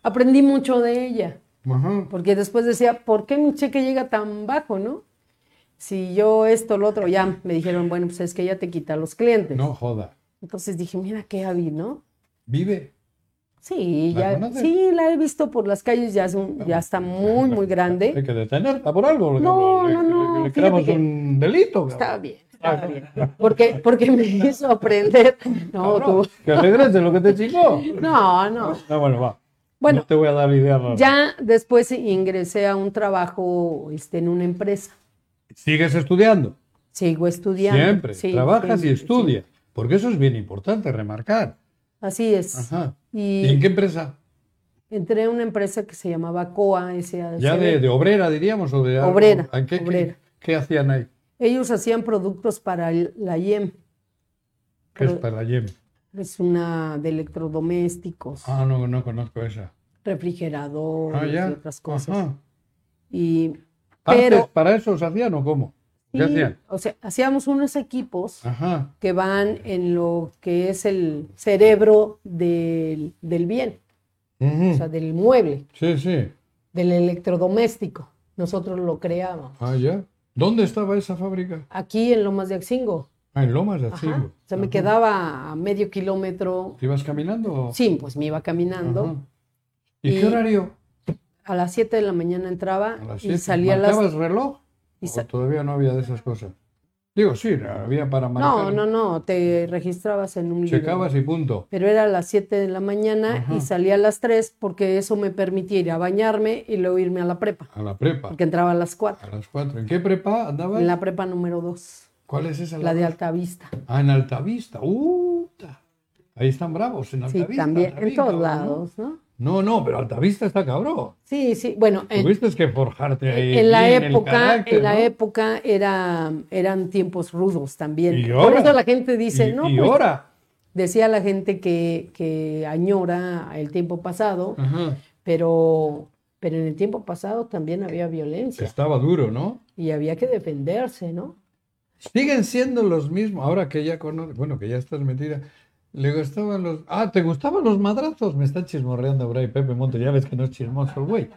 Speaker 3: Aprendí mucho de ella,
Speaker 1: ajá.
Speaker 3: porque después decía, ¿por qué mi cheque llega tan bajo, no? Si yo esto, lo otro, ya me dijeron, bueno, pues es que ella te quita los clientes.
Speaker 1: No joda.
Speaker 3: Entonces dije, mira qué hábil, ¿no?
Speaker 1: Vive.
Speaker 3: Sí,
Speaker 1: ¿La
Speaker 3: ya,
Speaker 1: conoces?
Speaker 3: sí, la Ah, he visto por las calles, ya, es un- ya está muy, muy grande.
Speaker 1: Hay que detenerla por algo.
Speaker 3: No,
Speaker 1: le-
Speaker 3: no,
Speaker 1: le-
Speaker 3: no,
Speaker 1: Le,
Speaker 3: fíjate
Speaker 1: creamos
Speaker 3: que-
Speaker 1: un delito. cabrón. Ah,
Speaker 3: Estaba bien, estaba bien. Porque, porque me hizo aprender. No,
Speaker 1: Cabrón,
Speaker 3: tú.
Speaker 1: Que regrese lo que te chingó.
Speaker 3: No, no.
Speaker 1: No, bueno, va.
Speaker 3: Bueno.
Speaker 1: No te voy a dar idea rara.
Speaker 3: Ya después ingresé a un trabajo este, en una empresa.
Speaker 1: Sigues estudiando.
Speaker 3: Sigo estudiando.
Speaker 1: Siempre.
Speaker 3: Sí,
Speaker 1: Trabajas y
Speaker 3: siempre,
Speaker 1: estudias. Porque eso es bien importante remarcar.
Speaker 3: sí. Así es.
Speaker 1: Ajá. ¿Y, en
Speaker 3: Y
Speaker 1: qué empresa?
Speaker 3: entré a una empresa que se llamaba COA. S.A.C..
Speaker 1: Ya de, de obrera, diríamos, o de algo?
Speaker 3: Obrera,
Speaker 1: ¿En qué, qué-
Speaker 3: obrera.
Speaker 1: qué hacían ahí?
Speaker 3: Ellos hacían productos para el- la IEM.
Speaker 1: ¿Qué es
Speaker 3: Pro-
Speaker 1: para Yem?
Speaker 3: Es una de electrodomésticos,
Speaker 1: Ah, no, no conozco esa.
Speaker 3: refrigeradores
Speaker 1: Ah, ya.
Speaker 3: y otras cosas.
Speaker 1: Ajá.
Speaker 3: Y,
Speaker 1: Antes,
Speaker 3: pero,
Speaker 1: ¿Para eso se hacían o cómo? ¿Qué
Speaker 3: sí,
Speaker 1: hacían? Ah.
Speaker 3: o sea, hacíamos unos equipos
Speaker 1: Ajá.
Speaker 3: que van en lo que es el cerebro del, del bien,
Speaker 1: Ujú.
Speaker 3: o sea, del mueble.
Speaker 1: Sí, sí.
Speaker 3: del electrodoméstico. Nosotros lo creábamos.
Speaker 1: Ah, ya. ¿Dónde estaba esa fábrica?
Speaker 3: Aquí en Lomas de Axingo.
Speaker 1: Ah, en Lomas de
Speaker 3: Ajá.
Speaker 1: Atzingo.
Speaker 3: O sea, me
Speaker 1: Ajá.
Speaker 3: quedaba a medio kilómetro.
Speaker 1: ¿Te ibas caminando? o-
Speaker 3: Sí, pues me iba caminando.
Speaker 1: Ajá. ¿Y,
Speaker 3: Y-
Speaker 1: qué horario?
Speaker 3: A las 7 de la mañana entraba
Speaker 1: A las
Speaker 3: y
Speaker 1: siete.
Speaker 3: salía a las...
Speaker 1: ¿Marcabas reloj?
Speaker 3: y
Speaker 1: ¿O
Speaker 3: sa-
Speaker 1: todavía no había de esas cosas? Digo, sí, había para
Speaker 3: No,
Speaker 1: marcar.
Speaker 3: no, no, te registrabas en un libro.
Speaker 1: Checabas y punto.
Speaker 3: Pero era a las 7 de la mañana
Speaker 1: Ajá.
Speaker 3: y salía a las 3 porque eso me permitía ir a bañarme y luego irme a la prepa,
Speaker 1: A la prepa.
Speaker 3: porque entraba a las 4.
Speaker 1: A las cuatro. ¿En qué prepa andabas?
Speaker 3: En la prepa número 2,
Speaker 1: ¿Cuál es esa?
Speaker 3: la de Altavista.
Speaker 1: Ah, en Altavista. ¡Uh! ta. Ahí están bravos, en
Speaker 3: Sí,
Speaker 1: Altavista.
Speaker 3: también, en
Speaker 1: Altavista,
Speaker 3: todos
Speaker 1: ¿no?
Speaker 3: lados, ¿no?
Speaker 1: No, no, pero Altavista está cabrón.
Speaker 3: Sí, sí, bueno, en,
Speaker 1: Tuviste que forjarte ahí.
Speaker 3: Eh, en la
Speaker 1: bien el
Speaker 3: época,
Speaker 1: carácter,
Speaker 3: en la
Speaker 1: ¿no?
Speaker 3: época era, eran tiempos rudos también.
Speaker 1: Y
Speaker 3: Por
Speaker 1: ahora.
Speaker 3: eso la gente dice,
Speaker 1: y,
Speaker 3: no,
Speaker 1: y
Speaker 3: pues,
Speaker 1: ahora.
Speaker 3: decía la gente que, que añora el tiempo pasado,
Speaker 1: Ajá.
Speaker 3: pero, pero en el tiempo pasado también había violencia
Speaker 1: Estaba duro, ¿no?
Speaker 3: y había que defenderse, ¿no?
Speaker 1: Siguen siendo los mismos. Ahora que ya conoces, bueno, que ya estás metida. Le gustaban los. Ah, ¿te gustaban los madrazos? Me está chismorreando por ahí Pepe Monte. Ya ves que no es chismoso el güey.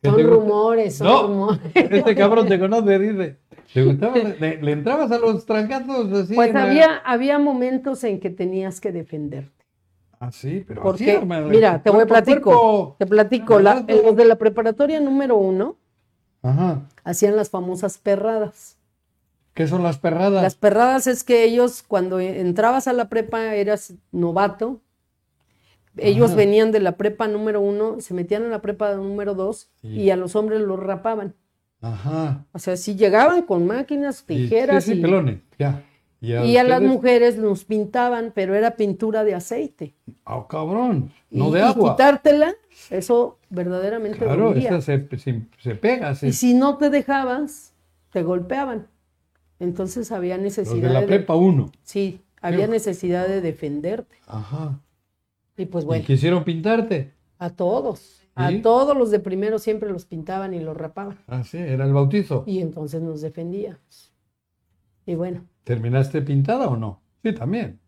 Speaker 1: Que
Speaker 3: Son
Speaker 1: te gust-
Speaker 3: rumores, son
Speaker 1: No.
Speaker 3: rumores.
Speaker 1: Este cabrón te conoce, dice. ¿Te gustaba? ¿Le, le entrabas a los trancazos así?
Speaker 3: Pues
Speaker 1: en la-
Speaker 3: había, había momentos en que tenías que defenderte.
Speaker 1: Ah, sí, pero así,
Speaker 3: Porque,
Speaker 1: hermano,
Speaker 3: mira, te voy a
Speaker 1: cuerpo
Speaker 3: platico,
Speaker 1: cuerpo.
Speaker 3: te platico, la,
Speaker 1: Cuerpo.
Speaker 3: los de la preparatoria número uno
Speaker 1: Ajá.
Speaker 3: hacían las famosas perradas.
Speaker 1: ¿Qué son las perradas?
Speaker 3: Las perradas es que ellos, cuando entrabas a la prepa, eras novato. Ellos
Speaker 1: Ajá.
Speaker 3: venían de la prepa número uno, se metían a la prepa número dos
Speaker 1: Sí.
Speaker 3: y a los hombres los rapaban.
Speaker 1: Ajá.
Speaker 3: O sea, si llegaban con máquinas,
Speaker 1: Y-
Speaker 3: tijeras
Speaker 1: Sí, sí,
Speaker 3: y,
Speaker 1: pelones, ya. Y
Speaker 3: y a las
Speaker 1: ustedes-
Speaker 3: mujeres nos pintaban, pero era pintura de aceite.
Speaker 1: Ah, cabrón,
Speaker 3: Y-
Speaker 1: no de
Speaker 3: y
Speaker 1: agua.
Speaker 3: quitártela, eso verdaderamente
Speaker 1: Claro,
Speaker 3: dolía.
Speaker 1: esta se, se- se pega, se-
Speaker 3: Y si no te dejabas, te golpeaban. Entonces había
Speaker 1: los
Speaker 3: necesidad
Speaker 1: de la
Speaker 3: de-
Speaker 1: prepa 1.
Speaker 3: sí, había
Speaker 1: Ujú.
Speaker 3: necesidad de defenderte.
Speaker 1: Ajá.
Speaker 3: Y pues
Speaker 1: ¿Y
Speaker 3: bueno,
Speaker 1: quisieron pintarte?
Speaker 3: a todos, a
Speaker 1: ¿Sí?
Speaker 3: todos los de primero siempre los pintaban y los rapaban.
Speaker 1: Ah, sí, era el bautizo.
Speaker 3: Y entonces nos defendíamos. Y bueno,
Speaker 1: ¿Terminaste pintada o no? Sí, también.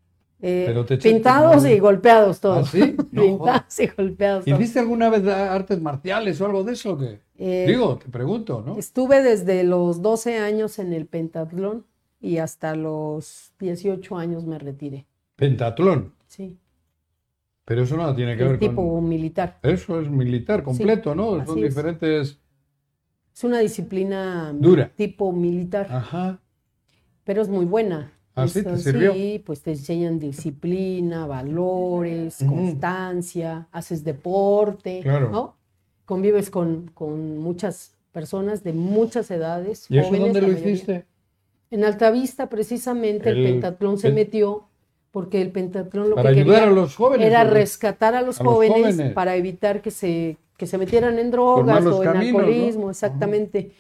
Speaker 3: eh,
Speaker 1: Pero te echaste
Speaker 3: pintados
Speaker 1: un-
Speaker 3: y golpeados todos.
Speaker 1: ¿Ah, sí? No, joder.
Speaker 3: pintados y golpeados todos.
Speaker 1: ¿Hiciste alguna vez a- artes marciales o algo de eso? Que...
Speaker 3: Eh,
Speaker 1: Digo, te pregunto, ¿no?
Speaker 3: Estuve desde los 12 años en el pentatlón y hasta los 18 años me retiré.
Speaker 1: Pentatlón.
Speaker 3: Sí,
Speaker 1: Pero eso nada tiene que
Speaker 3: el
Speaker 1: ver
Speaker 3: tipo
Speaker 1: con...
Speaker 3: militar.
Speaker 1: Eso es militar completo, ¿no?
Speaker 3: así
Speaker 1: Son
Speaker 3: es.
Speaker 1: diferentes...
Speaker 3: Es una disciplina
Speaker 1: Dura.
Speaker 3: tipo militar,
Speaker 1: Ajá.
Speaker 3: pero es muy buena.
Speaker 1: Ah, sí,
Speaker 3: Es-
Speaker 1: ¿te sirvió?
Speaker 3: sí, pues te enseñan disciplina, valores,
Speaker 1: Ujú.
Speaker 3: constancia, haces deporte,
Speaker 1: Claro.
Speaker 3: ¿no? Convives con, con muchas personas de muchas edades.
Speaker 1: ¿Y eso
Speaker 3: jóvenes,
Speaker 1: dónde
Speaker 3: la
Speaker 1: lo
Speaker 3: mayoría.
Speaker 1: hiciste?
Speaker 3: En Altavista, precisamente, el,
Speaker 1: El-
Speaker 3: pentatlón se
Speaker 1: el-
Speaker 3: metió porque el pentatlón lo
Speaker 1: Para
Speaker 3: que
Speaker 1: ayudar
Speaker 3: quería
Speaker 1: a los jóvenes.
Speaker 3: era
Speaker 1: ¿no?
Speaker 3: rescatar a los,
Speaker 1: a los
Speaker 3: jóvenes,
Speaker 1: jóvenes.
Speaker 3: para evitar que se, que se metieran en drogas
Speaker 1: malos
Speaker 3: o en
Speaker 1: caminos, ¿no?
Speaker 3: alcoholismo,
Speaker 1: Ajá.
Speaker 3: exactamente.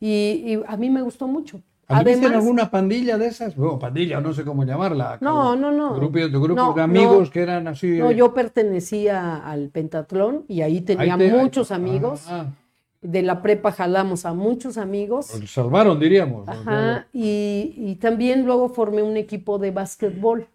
Speaker 3: Y, y a mí me gustó mucho.
Speaker 1: ¿Anduviste en
Speaker 3: Además-
Speaker 1: alguna pandilla de esas? Bueno, pandilla, no sé cómo llamarla.
Speaker 3: No, no, no.
Speaker 1: Grupo, tu grupo
Speaker 3: No,
Speaker 1: de amigos
Speaker 3: no.
Speaker 1: que eran así.
Speaker 3: No,
Speaker 1: eh,
Speaker 3: yo pertenecía al pentatlón y ahí tenía
Speaker 1: ahí te- ahí-
Speaker 3: muchos amigos.
Speaker 1: Ah,
Speaker 3: De la prepa jalamos a muchos amigos.
Speaker 1: los salvaron, diríamos. ¿no?
Speaker 3: Ajá, y, y también luego formé un equipo de básquetbol.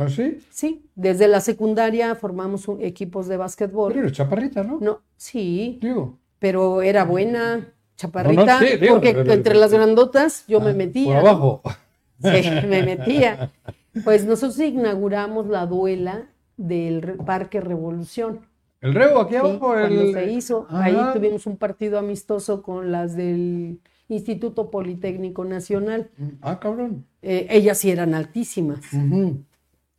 Speaker 1: ¿Ah, sí?
Speaker 3: Sí, desde la secundaria formamos un- equipos de
Speaker 1: Pero
Speaker 3: básquetbol.
Speaker 1: eres chaparrita, ¿no?
Speaker 3: No, sí,
Speaker 1: Digo.
Speaker 3: pero era buena, chaparrita,
Speaker 1: No, no, sí, digo,
Speaker 3: porque
Speaker 1: pero-
Speaker 3: entre las grandotas yo me
Speaker 1: ah, Por
Speaker 3: metía.
Speaker 1: abajo.
Speaker 3: Sí, me metía. Pues nosotros inauguramos la duela del Re- Parque Revolución.
Speaker 1: ¿El reo aquí
Speaker 3: Sí,
Speaker 1: abajo?
Speaker 3: cuando
Speaker 1: el...
Speaker 3: se hizo,
Speaker 1: Ajá.
Speaker 3: ahí tuvimos un partido amistoso con las del Instituto Politécnico Nacional.
Speaker 1: Ah, cabrón.
Speaker 3: Eh, ellas sí eran altísimas.
Speaker 1: Ujú.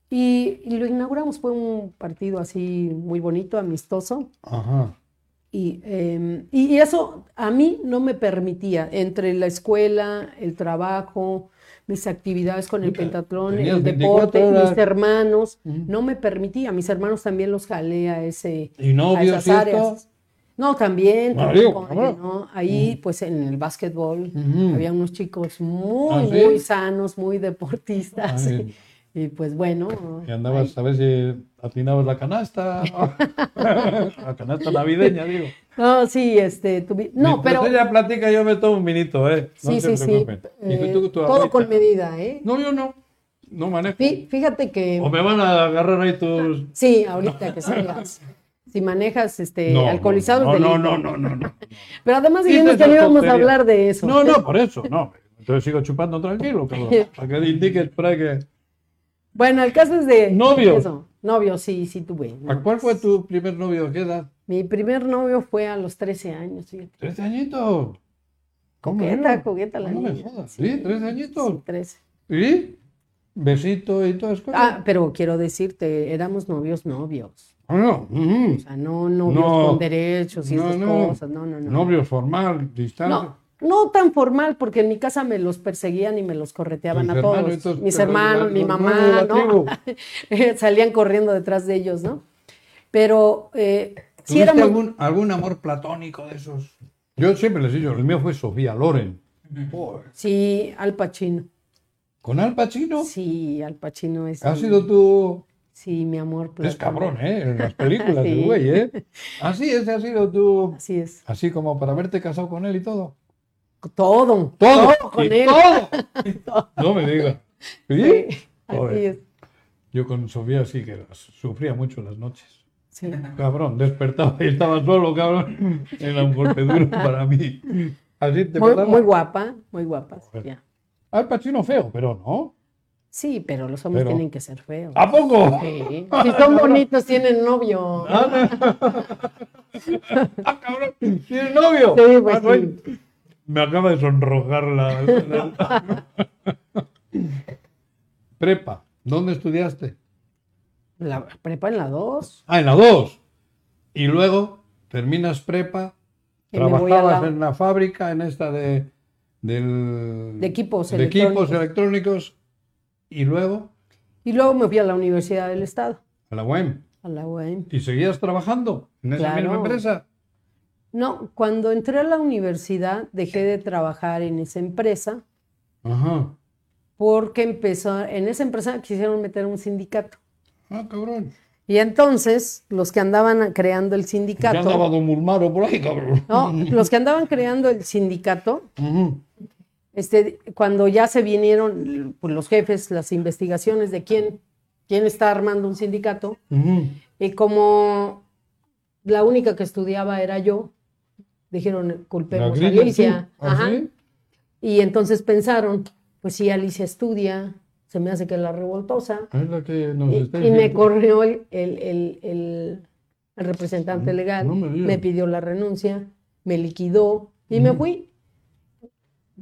Speaker 3: Y, y lo inauguramos, fue un partido así muy bonito, amistoso.
Speaker 1: Ajá.
Speaker 3: Y, eh, y eso a mí no me permitía, entre la escuela, el trabajo, mis actividades con el
Speaker 1: Puta,
Speaker 3: pentatlón,
Speaker 1: tenías
Speaker 3: el
Speaker 1: 24
Speaker 3: deporte,
Speaker 1: horas.
Speaker 3: mis hermanos,
Speaker 1: Ujú.
Speaker 3: no me permitía. Mis hermanos también los jalé a ese,
Speaker 1: ¿Y
Speaker 3: a
Speaker 1: novios
Speaker 3: esas
Speaker 1: y esto?
Speaker 3: áreas. No, también,
Speaker 1: No,
Speaker 3: también
Speaker 1: digo,
Speaker 3: como que
Speaker 1: claro.
Speaker 3: no. Ahí, pues en el básquetbol,
Speaker 1: Ujú.
Speaker 3: había unos chicos muy,
Speaker 1: ¿Ah, sí?
Speaker 3: muy sanos, muy deportistas.
Speaker 1: Ah, bien.
Speaker 3: Y pues bueno,
Speaker 1: Y andabas a ver si atinabas Eh, la canasta. la canasta navideña, digo.
Speaker 3: No, sí, este, tuvi- no,
Speaker 1: Mientras
Speaker 3: pero
Speaker 1: ella platica, yo me tomo un minito, ¿eh? No
Speaker 3: sí,
Speaker 1: se
Speaker 3: sí, sí,
Speaker 1: preocupen.
Speaker 3: eh,
Speaker 1: Y tú, tu
Speaker 3: todo con
Speaker 1: agüita.
Speaker 3: medida, ¿eh?
Speaker 1: No, yo no. No manejo.
Speaker 3: Fí- Fíjate que
Speaker 1: O me van a agarrar ahí tus.
Speaker 3: sí, ahorita que salgas, si manejas, este,
Speaker 1: No,
Speaker 3: alcoholizados,
Speaker 1: no, no,
Speaker 3: delito.
Speaker 1: no, no, no, no.
Speaker 3: Pero además
Speaker 1: Sí,
Speaker 3: dijimos
Speaker 1: esa
Speaker 3: que
Speaker 1: es
Speaker 3: no
Speaker 1: la
Speaker 3: íbamos a
Speaker 1: tontería.
Speaker 3: hablar de eso.
Speaker 1: No, no, por eso, no. Entonces sigo chupando tranquilo, cabrón. Para que indique, para que.
Speaker 3: Bueno, el caso es de
Speaker 1: Novio.
Speaker 3: eso. Novio, sí, sí tuve.
Speaker 1: ¿A ¿Cuál fue tu primer novio? ¿A ¿Qué edad?
Speaker 3: Mi primer novio fue a los 13 años, fíjate.
Speaker 1: ¿Trece añitos? ¿Cómo
Speaker 3: Coqueta,
Speaker 1: era?
Speaker 3: coqueta la
Speaker 1: No me
Speaker 3: niña.
Speaker 1: jodas. ¿Sí? ¿Trece añitos?
Speaker 3: Sí, 13.
Speaker 1: ¿Y? ¿Besito y todas esas cosas?
Speaker 3: Ah, pero quiero decirte, éramos novios, novios.
Speaker 1: Ah, no. ujú.
Speaker 3: O sea, no novios
Speaker 1: No.
Speaker 3: con derechos y
Speaker 1: No,
Speaker 3: esas
Speaker 1: no.
Speaker 3: cosas. No, no, no.
Speaker 1: Novios formal, distante.
Speaker 3: No, no tan formal, porque en mi casa me los perseguían y me los correteaban
Speaker 1: Tus
Speaker 3: a todos.
Speaker 1: hermanos, entonces,
Speaker 3: Mis
Speaker 1: pero
Speaker 3: hermanos,
Speaker 1: los-
Speaker 3: mi
Speaker 1: los
Speaker 3: mamá,
Speaker 1: novios de la
Speaker 3: ¿no? Salían corriendo detrás de ellos, ¿no? Pero eh, si
Speaker 1: ¿Tuviste
Speaker 3: éramos.
Speaker 1: algún, algún amor platónico de esos? Yo siempre les digo, el mío fue Sofía Loren. Joder.
Speaker 3: Sí, Al Pacino.
Speaker 1: ¿Con Al Pacino?
Speaker 3: Sí, Al Pacino es.
Speaker 1: Ha
Speaker 3: mi-
Speaker 1: sido tu...
Speaker 3: Sí, mi amor.
Speaker 1: Es
Speaker 3: platónico.
Speaker 1: cabrón, ¿eh? En las películas, el
Speaker 3: Sí.
Speaker 1: güey, ¿eh? Así, ese ha sido tu...
Speaker 3: Así es.
Speaker 1: Así como para haberte casado con él y todo.
Speaker 3: Todo.
Speaker 1: ¡Todo!
Speaker 3: con
Speaker 1: y
Speaker 3: él.
Speaker 1: ¡Todo! no me digas. ¿Sí?
Speaker 3: Sí,
Speaker 1: Joder.
Speaker 3: Así es.
Speaker 1: Yo con Sofía sí que las- sufría mucho las noches.
Speaker 3: Sí.
Speaker 1: Cabrón, despertaba y estaba solo, cabrón. Era un golpe duro para mí. Así te
Speaker 3: Muy,
Speaker 1: pasaba.
Speaker 3: muy guapa, muy guapa.
Speaker 1: Joder.
Speaker 3: ya.
Speaker 1: Al Pacino feo, pero no.
Speaker 3: Sí, pero los hombres
Speaker 1: Pero- Ah,
Speaker 3: tienen que ser feos.
Speaker 1: ¿A poco?
Speaker 3: Sí. Si son bonitos, tienen novio.
Speaker 1: ¡Ah, cabrón! ¿Tienes novio?
Speaker 3: Sí, pues
Speaker 1: Ah, no hay-
Speaker 3: sí.
Speaker 1: Me acaba de sonrojar la... la- Prepa, ¿dónde estudiaste?
Speaker 3: La prepa en la 2.
Speaker 1: Ah, en la 2. Y luego terminas prepa,
Speaker 3: Y me voy a
Speaker 1: trabajabas
Speaker 3: la-
Speaker 1: en la fábrica, en esta de... del-
Speaker 3: De equipos
Speaker 1: de equipos eh.
Speaker 3: electrónicos.
Speaker 1: electrónicos. Y luego
Speaker 3: Y luego me fui a la Universidad del Estado,
Speaker 1: a la UEM.
Speaker 3: a la UAM.
Speaker 1: ¿Y seguías trabajando en esa
Speaker 3: Claro.
Speaker 1: misma empresa?
Speaker 3: No, cuando entré a la universidad dejé de trabajar en esa empresa
Speaker 1: Ajá.
Speaker 3: porque empezó, en esa empresa quisieron meter un sindicato.
Speaker 1: Ah, cabrón.
Speaker 3: Y entonces los que andaban creando el
Speaker 1: Ya
Speaker 3: sindicato,
Speaker 1: andaba Don Mulmaro por ahí, cabrón.
Speaker 3: no, los que andaban creando el sindicato,
Speaker 1: Ujú.
Speaker 3: este, cuando ya se vinieron pues, los jefes, las investigaciones de quién, quién está armando un sindicato,
Speaker 1: Ujú.
Speaker 3: Y como la única que estudiaba era yo, dijeron,
Speaker 1: La
Speaker 3: culpemos a
Speaker 1: grilla,
Speaker 3: Alicia.
Speaker 1: sí. ¿Ah,
Speaker 3: Ajá.
Speaker 1: sí?
Speaker 3: Y entonces pensaron, pues si Alicia estudia, se me hace que es la revoltosa.
Speaker 1: Es la que nos
Speaker 3: Y,
Speaker 1: está
Speaker 3: y me
Speaker 1: diciendo.
Speaker 3: corrió el, el- el- el- el representante
Speaker 1: No,
Speaker 3: legal,
Speaker 1: no me digas.
Speaker 3: pidió la renuncia, me liquidó y me
Speaker 1: Ujú.
Speaker 3: fui.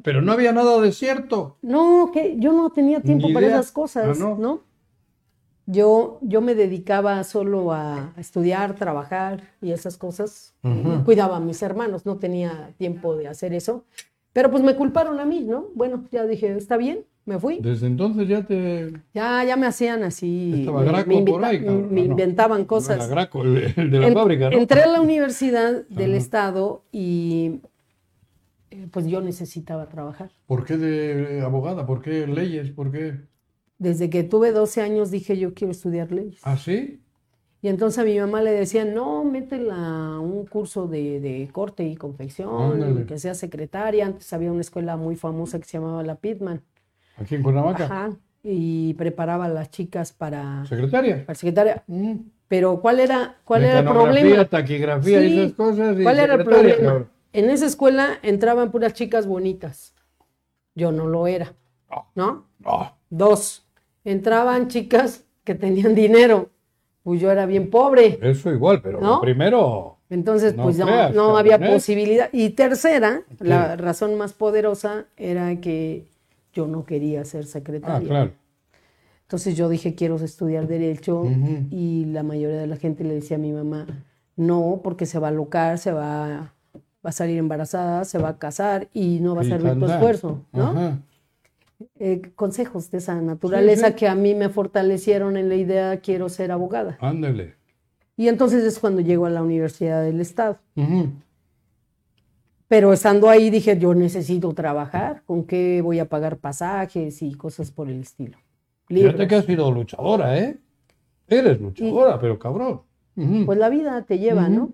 Speaker 1: Pero no había nada de cierto.
Speaker 3: No, que yo no tenía tiempo
Speaker 1: Ni
Speaker 3: para
Speaker 1: idea.
Speaker 3: esas
Speaker 1: Ah,
Speaker 3: cosas,
Speaker 1: no.
Speaker 3: ¿no? Yo, yo me dedicaba solo a estudiar, trabajar y esas cosas. Eh,
Speaker 1: Ajá.
Speaker 3: Cuidaba a mis hermanos, no tenía tiempo de hacer eso. Pero pues me culparon a mí, ¿no? Bueno, ya dije, está bien, me fui.
Speaker 1: Desde entonces ya te.
Speaker 3: Ya, ya me hacían así,
Speaker 1: Estaba
Speaker 3: me,
Speaker 1: Graco
Speaker 3: me invita-
Speaker 1: por ahí, cabrón, Ah,
Speaker 3: me
Speaker 1: ¿no?
Speaker 3: inventaban
Speaker 1: No era
Speaker 3: cosas.
Speaker 1: Graco, el, el de la
Speaker 3: En-
Speaker 1: fábrica, ¿no?
Speaker 3: Entré a la Universidad del
Speaker 1: Ajá.
Speaker 3: Estado y eh, pues yo necesitaba trabajar.
Speaker 1: ¿Por qué de abogada? ¿Por qué leyes? ¿Por qué?
Speaker 3: Desde que tuve 12 años dije yo quiero estudiar leyes.
Speaker 1: ¿Ah, sí?
Speaker 3: Y entonces a mi mamá le decía, no, métela a un curso de, de corte y confección,
Speaker 1: Ándale.
Speaker 3: que sea secretaria. Antes había una escuela muy famosa que se llamaba la Pitman.
Speaker 1: ¿Aquí en Cuernavaca?
Speaker 3: Ajá. Y preparaba a las chicas para,
Speaker 1: ¿Secretaria?
Speaker 3: para secretaria. Pero ¿cuál era, cuál era el
Speaker 1: Mm. Mecanografía,
Speaker 3: problema?
Speaker 1: taquigrafía y
Speaker 3: Sí.
Speaker 1: esas cosas. y
Speaker 3: ¿Cuál era el
Speaker 1: secretaria,
Speaker 3: problema?
Speaker 1: cabrón.
Speaker 3: En esa escuela entraban puras chicas bonitas. Yo no lo era, ¿no?
Speaker 1: Ah,
Speaker 3: Dos, entraban chicas que tenían dinero. Pues yo era bien pobre.
Speaker 1: eso igual, pero
Speaker 3: ¿No?
Speaker 1: lo primero.
Speaker 3: Entonces,
Speaker 1: No
Speaker 3: pues no,
Speaker 1: creas,
Speaker 3: no
Speaker 1: cabrón,
Speaker 3: había
Speaker 1: ¿eh?
Speaker 3: posibilidad. Y tercera, la razón más poderosa era que yo no quería ser
Speaker 1: Ah,
Speaker 3: secretaria.
Speaker 1: claro.
Speaker 3: Entonces yo dije, quiero estudiar derecho
Speaker 1: Ujú.
Speaker 3: y la mayoría de la gente le decía a mi mamá, no, porque se va a locar, se va, va a salir embarazada, se va a casar y no va a
Speaker 1: Y
Speaker 3: servir tu
Speaker 1: tanda.
Speaker 3: esfuerzo, ¿no?
Speaker 1: Ajá.
Speaker 3: Eh, consejos de esa naturaleza
Speaker 1: sí.
Speaker 3: que a mí me fortalecieron en la idea, quiero ser abogada.
Speaker 1: Ándale.
Speaker 3: Y entonces es cuando llego a la Universidad del Estado.
Speaker 1: Ujú.
Speaker 3: Pero estando ahí dije, yo necesito trabajar, ¿con qué voy a pagar pasajes y cosas por el estilo?
Speaker 1: Fíjate
Speaker 3: Libros.
Speaker 1: que has sido luchadora, ¿eh? Eres luchadora, pero cabrón. Ujú.
Speaker 3: pues la vida te lleva, ¿no?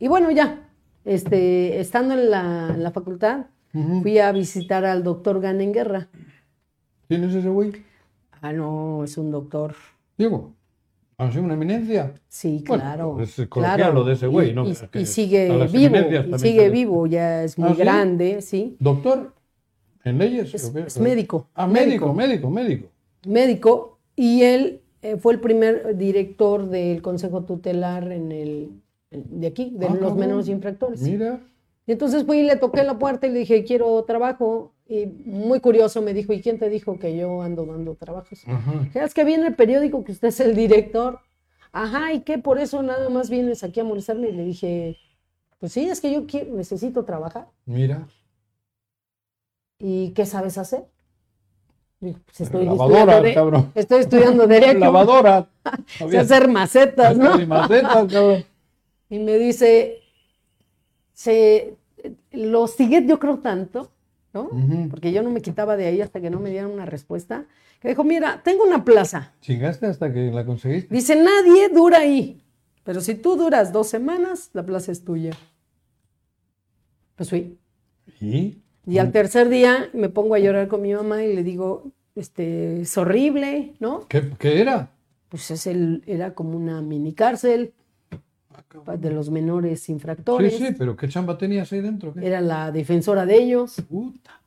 Speaker 3: Y bueno, ya, este, estando en la, en la facultad,
Speaker 1: Ujú.
Speaker 3: fui a visitar al doctor Ganen Guerra.
Speaker 1: ¿Quién es ese güey?
Speaker 3: Ah, no, es un doctor.
Speaker 1: Digo, ¿ha sido una eminencia?
Speaker 3: Sí,
Speaker 1: Bueno,
Speaker 3: claro.
Speaker 1: es el
Speaker 3: claro.
Speaker 1: coloquial lo de ese güey,
Speaker 3: Y-
Speaker 1: ¿no?
Speaker 3: Y,
Speaker 1: Porque
Speaker 3: y
Speaker 1: a
Speaker 3: sigue
Speaker 1: las
Speaker 3: vivo,
Speaker 1: eminencias
Speaker 3: y
Speaker 1: también
Speaker 3: sigue
Speaker 1: se les-
Speaker 3: vivo, ya es muy
Speaker 1: ¿Ah, sí?
Speaker 3: grande, sí.
Speaker 1: ¿Doctor? ¿En leyes?
Speaker 3: Es,
Speaker 1: ¿O qué?
Speaker 3: es médico,
Speaker 1: Ah, médico, médico, médico.
Speaker 3: médico. Y él eh, fue el primer director del Consejo Tutelar en el, de aquí, de
Speaker 1: Ah,
Speaker 3: los
Speaker 1: cabrón.
Speaker 3: menores infractores.
Speaker 1: Mira.
Speaker 3: Y entonces fui y le toqué la puerta y le dije, quiero trabajo. Y muy curioso me dijo, ¿y quién te dijo que yo ando dando trabajos?
Speaker 1: Ajá.
Speaker 3: Dije, "Ah, Es que viene el periódico que usted es el director. Ajá, ¿y qué? Por eso nada más vienes aquí a molestarme. Y le dije, pues sí, es que yo quiero- necesito trabajar.
Speaker 1: Mira.
Speaker 3: ¿Y qué sabes hacer? Digo, pues estoy
Speaker 1: Lavadora,
Speaker 3: estudiando, de-
Speaker 1: cabrón.
Speaker 3: estoy estudiando derecho.
Speaker 1: Lavadora.
Speaker 3: sé
Speaker 1: Había-
Speaker 3: hacer macetas, ¿no?
Speaker 1: Hasta de macetas, cabrón.
Speaker 3: Y me dice, se, lo hostigué yo creo tanto, ¿no?
Speaker 1: Ujú.
Speaker 3: porque yo no me quitaba de ahí hasta que no me dieran una respuesta, que dijo, mira, tengo una plaza.
Speaker 1: Chingaste hasta que la conseguiste.
Speaker 3: Dice, nadie dura ahí, pero si tú duras dos semanas, la plaza es tuya. Pues fui.
Speaker 1: ¿Y?
Speaker 3: Y al tercer día me pongo a llorar con mi mamá y le digo, este, es horrible, ¿no?
Speaker 1: ¿Qué, qué era?
Speaker 3: Pues es el, era como una mini cárcel pa- de los menores
Speaker 1: Sí,
Speaker 3: infractores.
Speaker 1: sí, pero ¿qué chamba tenías ahí dentro? ¿Qué?
Speaker 3: Era la defensora de ellos
Speaker 1: Puta.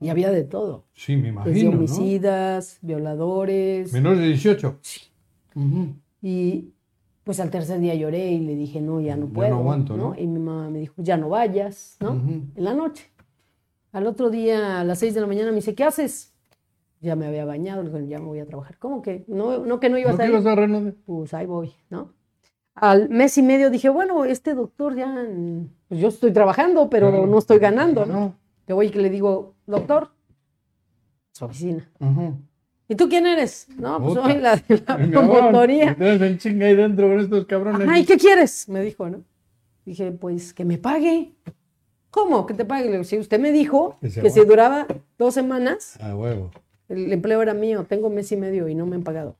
Speaker 3: y había de todo.
Speaker 1: Sí, me
Speaker 3: Desde
Speaker 1: imagino, ¿no?
Speaker 3: homicidas, violadores.
Speaker 1: Menores de 18. Ujú.
Speaker 3: Y pues al tercer día lloré y le dije, no, ya no
Speaker 1: Ya
Speaker 3: puedo.
Speaker 1: no aguanto, ¿no?
Speaker 3: Y mi mamá me dijo, ya no vayas, ¿no?
Speaker 1: Ujú.
Speaker 3: En la noche. Al otro día, a las 6 de la mañana, me dice, ¿qué haces? Ya me había bañado, le dije, ya me voy a trabajar. ¿Cómo que? No, no que no iba a
Speaker 1: ¿No
Speaker 3: estar.
Speaker 1: quieres arreglar?
Speaker 3: Pues ahí voy, ¿no? Al mes y medio dije, bueno, este doctor ya, mm, pues yo estoy trabajando, pero
Speaker 1: Claro.
Speaker 3: no estoy ganando, ¿no?
Speaker 1: No.
Speaker 3: Que voy y que le digo, doctor, su oficina.
Speaker 1: Ajá.
Speaker 3: ¿Y tú quién eres? No, pues
Speaker 1: Puta.
Speaker 3: soy la de la
Speaker 1: Cabrón,
Speaker 3: promotoría.
Speaker 1: Tienes en chinga ahí dentro con estos cabrones.
Speaker 3: Ay, ¿qué quieres? Me dijo, ¿no? Dije, pues que me pague. ¿Cómo? ¿Que te pague? Le digo, si usted me dijo
Speaker 1: Que se
Speaker 3: que
Speaker 1: va.
Speaker 3: si duraba dos semanas,
Speaker 1: A huevo.
Speaker 3: el empleo era mío, tengo mes y medio y no me han pagado.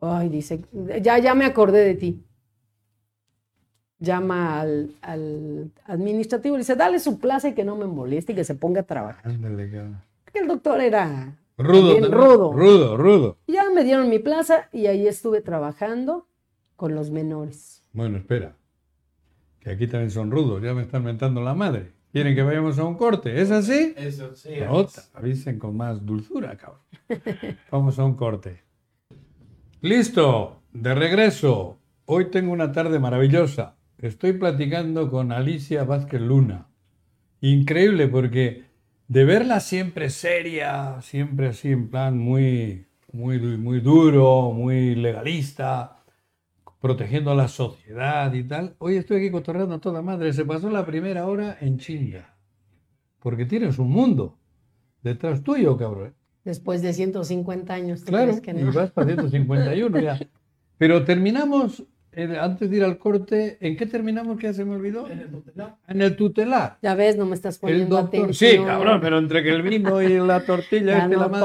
Speaker 3: Ay, dice, ya, ya me acordé de ti. Llama al, al administrativo y le dice, dale su plaza y que no me moleste y que se ponga a trabajar.
Speaker 1: Ándale, cabrón.
Speaker 3: Porque el doctor era
Speaker 1: Rudo,
Speaker 3: Bien
Speaker 1: también.
Speaker 3: rudo.
Speaker 1: Rudo, rudo.
Speaker 3: Ya me dieron mi plaza y ahí estuve trabajando con los menores.
Speaker 1: Bueno, espera. Que aquí también son rudos. Ya me están mentando la madre. Quieren que vayamos a un corte. ¿Es así?
Speaker 2: Eso, sí.
Speaker 1: Nota, avisen con más dulzura, cabrón. Vamos a un corte. Listo, de regreso. Hoy tengo una tarde maravillosa. Estoy platicando con Alicia Vázquez Luna. Increíble porque de verla siempre seria, siempre así en plan muy, muy, du- muy duro, muy legalista, protegiendo a la sociedad y tal. Hoy estoy aquí cotorreando a toda madre. Se pasó la primera hora en chinga. Porque tienes un mundo detrás tuyo, cabrón.
Speaker 3: Después de 150 años, ¿tú
Speaker 1: Claro,
Speaker 3: crees que no?
Speaker 1: y vas para 151 ya. Pero terminamos eh, antes de ir al corte, ¿en qué terminamos? que ya se me olvidó? En el tutelar. En el tutelar.
Speaker 3: Ya ves, no me estás poniendo
Speaker 1: El doctor. Sí,
Speaker 3: atención.
Speaker 1: cabrón, pero entre que el vino y la tortilla,
Speaker 3: Ya
Speaker 1: este, la
Speaker 3: no
Speaker 1: madre.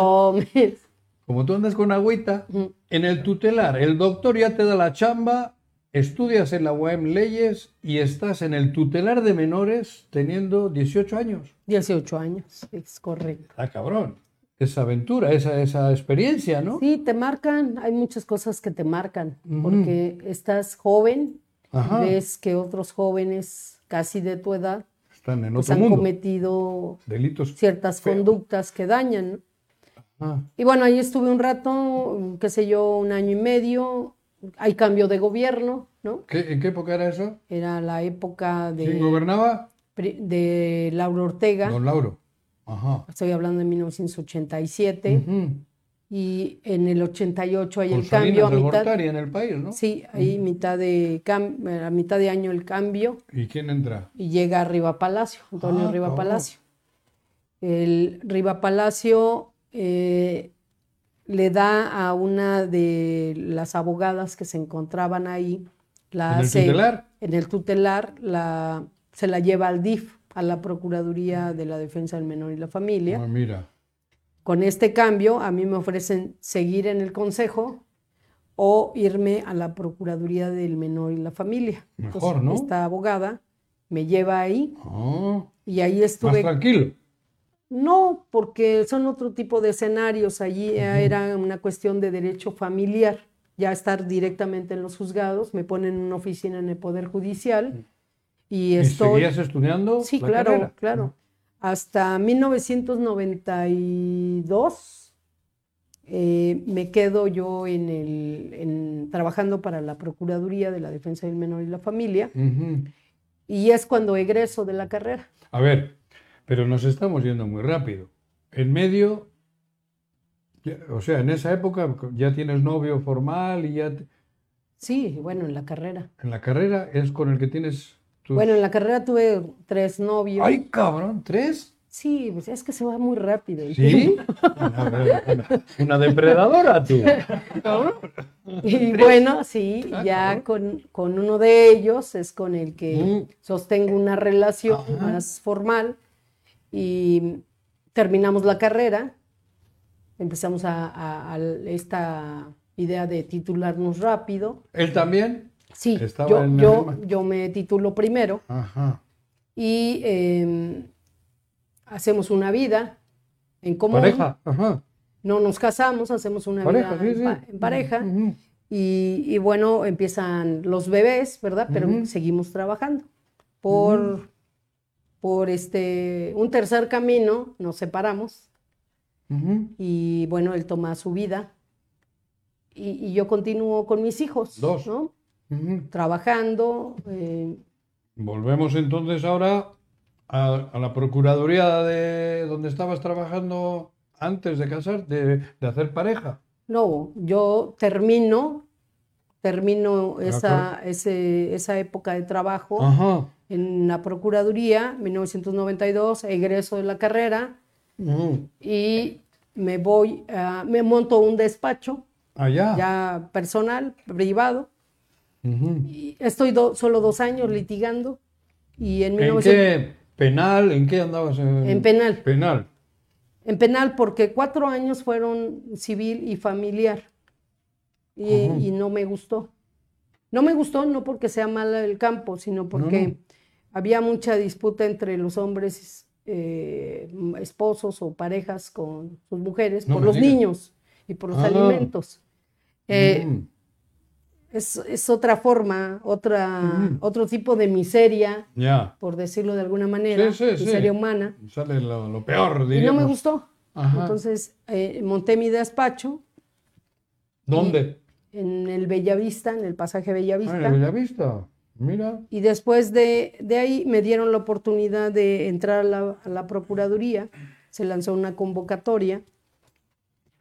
Speaker 3: tomes.
Speaker 1: Como tú andas con agüita,
Speaker 3: Ujú.
Speaker 1: en el tutelar, el doctor ya te da la chamba, estudias en la UAM Leyes y estás en el tutelar de menores teniendo 18 años.
Speaker 3: 18 años, es correcto.
Speaker 1: Ah, cabrón. Esa aventura, esa, esa experiencia, ¿no?
Speaker 3: Sí, te marcan, hay muchas cosas que te marcan, porque estás joven,
Speaker 1: Ajá.
Speaker 3: ves que otros jóvenes casi de tu edad
Speaker 1: Están en
Speaker 3: pues,
Speaker 1: otro
Speaker 3: han
Speaker 1: mundo.
Speaker 3: cometido
Speaker 1: Delitos.
Speaker 3: ciertas
Speaker 1: Feo.
Speaker 3: conductas que dañan. ¿no?
Speaker 1: Ah,
Speaker 3: Y bueno, ahí estuve un rato, qué sé yo, un año y medio, hay cambio de gobierno, ¿no?
Speaker 1: ¿qué- ¿En qué época era eso?
Speaker 3: Era la época
Speaker 1: ¿Quién
Speaker 3: de,
Speaker 1: gobernaba?
Speaker 3: pri- de Laura Ortega,
Speaker 1: Don Lauro. Ajá.
Speaker 3: estoy hablando de 1987,
Speaker 1: Ujú.
Speaker 3: y en el 88 hay
Speaker 1: Con
Speaker 3: el cambio
Speaker 1: Salinas
Speaker 3: a
Speaker 1: de
Speaker 3: mitad.
Speaker 1: Gortari en el país, ¿no?
Speaker 3: Sí, ahí mitad de cam- a mitad de año el cambio
Speaker 1: ¿Y quién entra?
Speaker 3: y llega Riva Palacio, Antonio
Speaker 1: Ah,
Speaker 3: Riva
Speaker 1: cabrón.
Speaker 3: Palacio. El Riva Palacio eh, le da a una de las abogadas que se encontraban ahí, la
Speaker 1: ¿En el
Speaker 3: hace-
Speaker 1: tutelar?
Speaker 3: en el tutelar, la, se la lleva al DIF, a la Procuraduría de la Defensa del Menor y la Familia.
Speaker 1: Ah, mira.
Speaker 3: Con este cambio, a mí me ofrecen seguir en el consejo o irme a la Procuraduría del Menor y la Familia. Entonces,
Speaker 1: Mejor, ¿no?
Speaker 3: Esta abogada me lleva ahí
Speaker 1: Ah,
Speaker 3: y ahí
Speaker 1: más
Speaker 3: estuve.
Speaker 1: tranquilo.
Speaker 3: No, porque son otro tipo de escenarios. Allí ya era una cuestión de derecho familiar, ya estar directamente en los juzgados. Me ponen en una oficina en el Poder Judicial y
Speaker 1: ¿Y
Speaker 3: estoy.
Speaker 1: seguías estudiando?
Speaker 3: Sí,
Speaker 1: la
Speaker 3: claro,
Speaker 1: carrera?
Speaker 3: claro. Hasta 1992 eh, me quedo yo en el, en- trabajando para la Procuraduría de la Defensa del Menor y la Familia
Speaker 1: Ujú.
Speaker 3: y es cuando egreso de la carrera.
Speaker 1: A ver, pero nos estamos yendo muy rápido. En medio, ya- o sea, en esa época ya tienes novio formal y ya te-
Speaker 3: Sí, bueno, en la carrera.
Speaker 1: en la carrera es con el que tienes tus...
Speaker 3: Bueno, en la carrera tuve tres novios.
Speaker 1: Pues ¡Ay, cabrón! ¿Tres?
Speaker 3: Sí, pues es que se va muy rápido. el
Speaker 1: ¿Sí? Una, una- una depredadora, tú.
Speaker 3: Y bueno, sí,
Speaker 1: Ah,
Speaker 3: ya con, con uno de ellos es con el que
Speaker 1: Mm.
Speaker 3: sostengo una relación
Speaker 1: Ajá.
Speaker 3: más formal y terminamos la carrera, empezamos a, a- a esta idea de titularnos rápido.
Speaker 1: ¿Él también?
Speaker 3: Sí,
Speaker 1: Estaba
Speaker 3: yo,
Speaker 1: en la
Speaker 3: yo,
Speaker 1: misma.
Speaker 3: yo me titulo primero
Speaker 1: Ajá.
Speaker 3: y eh, hacemos una vida en común.
Speaker 1: Pareja. Ajá.
Speaker 3: No nos casamos, hacemos una
Speaker 1: Pareja,
Speaker 3: vida
Speaker 1: sí,
Speaker 3: en,
Speaker 1: sí.
Speaker 3: pa- en pareja.
Speaker 1: Ujú.
Speaker 3: Y, y bueno, empiezan los bebés, ¿verdad? Pero
Speaker 1: Ujú.
Speaker 3: seguimos trabajando. Por, por este, un tercer camino nos separamos
Speaker 1: Ujú.
Speaker 3: y bueno, él toma su vida y, y yo continúo con mis hijos,
Speaker 1: Dos.
Speaker 3: ¿no?
Speaker 1: Ujú.
Speaker 3: Trabajando. eh,
Speaker 1: Volvemos entonces ahora a, a la procuraduría de donde estabas trabajando antes de casar, de, de hacer pareja.
Speaker 3: no, yo termino, termino
Speaker 1: Ah,
Speaker 3: esa, ese- esa época de trabajo.
Speaker 1: Ajá.
Speaker 3: en la Procuraduría, 1992, egreso de la carrera
Speaker 1: Ujú.
Speaker 3: y me voy, a- me monto un despacho
Speaker 1: Allá.
Speaker 3: ya personal, privado.
Speaker 1: Ujú.
Speaker 3: Y estoy do- solo dos años litigando y en,
Speaker 1: ¿En
Speaker 3: 1900
Speaker 1: qué penal? ¿En qué andabas? En,
Speaker 3: en penal.
Speaker 1: penal.
Speaker 3: En penal porque cuatro años fueron civil y familiar y,
Speaker 1: Ajá.
Speaker 3: y no me gustó. No me gustó no porque sea mal el campo, sino porque
Speaker 1: no.
Speaker 3: había mucha disputa entre los hombres eh, m- esposos o parejas con sus mujeres
Speaker 1: No
Speaker 3: por
Speaker 1: me
Speaker 3: los
Speaker 1: digas.
Speaker 3: niños y por los
Speaker 1: Ah.
Speaker 3: alimentos. Eh,
Speaker 1: Mm.
Speaker 3: es, es otra forma, otra,
Speaker 1: Mm.
Speaker 3: otro tipo de miseria,
Speaker 1: Ya.
Speaker 3: por decirlo de alguna manera,
Speaker 1: Sí, sí, sí.
Speaker 3: miseria humana.
Speaker 1: Sale lo, lo peor,
Speaker 3: Y no
Speaker 1: diríamos.
Speaker 3: me gustó.
Speaker 1: Ajá.
Speaker 3: Entonces eh, monté mi despacho
Speaker 1: ¿Dónde?
Speaker 3: en el Bellavista, en el pasaje
Speaker 1: Ah, en
Speaker 3: Bellavista.
Speaker 1: la Bellavista. Mira.
Speaker 3: Y después de, de ahí me dieron la oportunidad de entrar a la, a la Procuraduría. Se lanzó una convocatoria.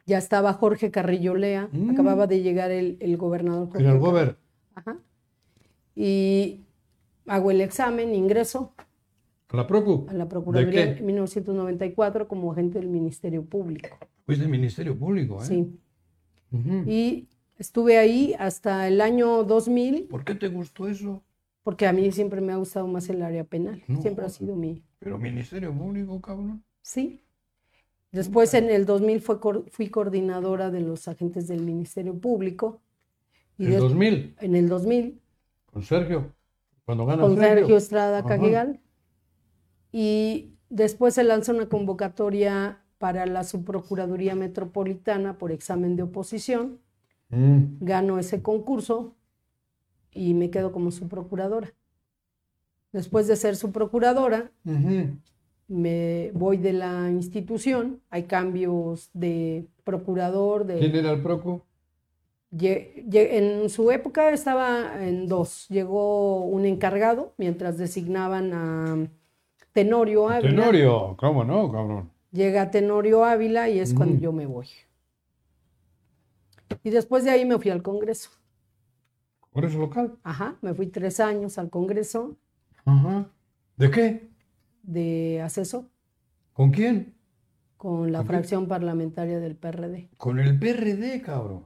Speaker 3: Ya estaba Jorge Carrillo Lea. Acababa de llegar el, el gobernador Jorge
Speaker 1: En Mm. el
Speaker 3: Carrillo.
Speaker 1: Gober.
Speaker 3: Ajá. Y hago el examen, ingreso
Speaker 1: ¿A la Procu?
Speaker 3: a la Procuraduría
Speaker 1: qué?
Speaker 3: en 1994 como agente del Ministerio Público.
Speaker 1: Fuiste del Ministerio Público, ¿eh?
Speaker 3: Sí.
Speaker 1: Ujú.
Speaker 3: Y Estuve ahí hasta el año 2000,
Speaker 1: ¿Por qué te gustó eso?
Speaker 3: porque a mí siempre me ha gustado más el área penal.
Speaker 1: No,
Speaker 3: siempre ha
Speaker 1: joder.
Speaker 3: sido mi.
Speaker 1: Pero Ministerio Público, cabrón.
Speaker 3: Sí. Después, en el 2000, fue cor- fui coordinadora de los agentes del Ministerio Público. Y
Speaker 1: En
Speaker 3: des-
Speaker 1: 2000,
Speaker 3: en el 2000,
Speaker 1: con Sergio. Cuando gana
Speaker 3: con Sergio Estrada
Speaker 1: Ajá.
Speaker 3: Cagigal. Y después se lanza una convocatoria para la Subprocuraduría Metropolitana por examen de oposición.
Speaker 1: Mm.
Speaker 3: Gano ese concurso y me quedo como subprocuradora. Después de ser subprocuradora,
Speaker 1: Ujú.
Speaker 3: me voy de la institución. Hay cambios de procurador, de...
Speaker 1: ¿Quién era el Procu?
Speaker 3: Lle- lle- En su época estaba en dos. Llegó un encargado mientras designaban a Tenorio Ávila.
Speaker 1: Tenorio, ¿cómo no, cabrón?
Speaker 3: Llega Tenorio Ávila y es cuando
Speaker 1: Ujú.
Speaker 3: yo me voy. Y después de ahí me fui al Congreso.
Speaker 1: Congreso local.
Speaker 3: Ajá, me fui tres años al Congreso
Speaker 1: Ajá. ¿De qué?
Speaker 3: de asesor
Speaker 1: ¿Con quién?
Speaker 3: con la
Speaker 1: Ok.
Speaker 3: fracción parlamentaria del PRD.
Speaker 1: Con el PRD, cabrón.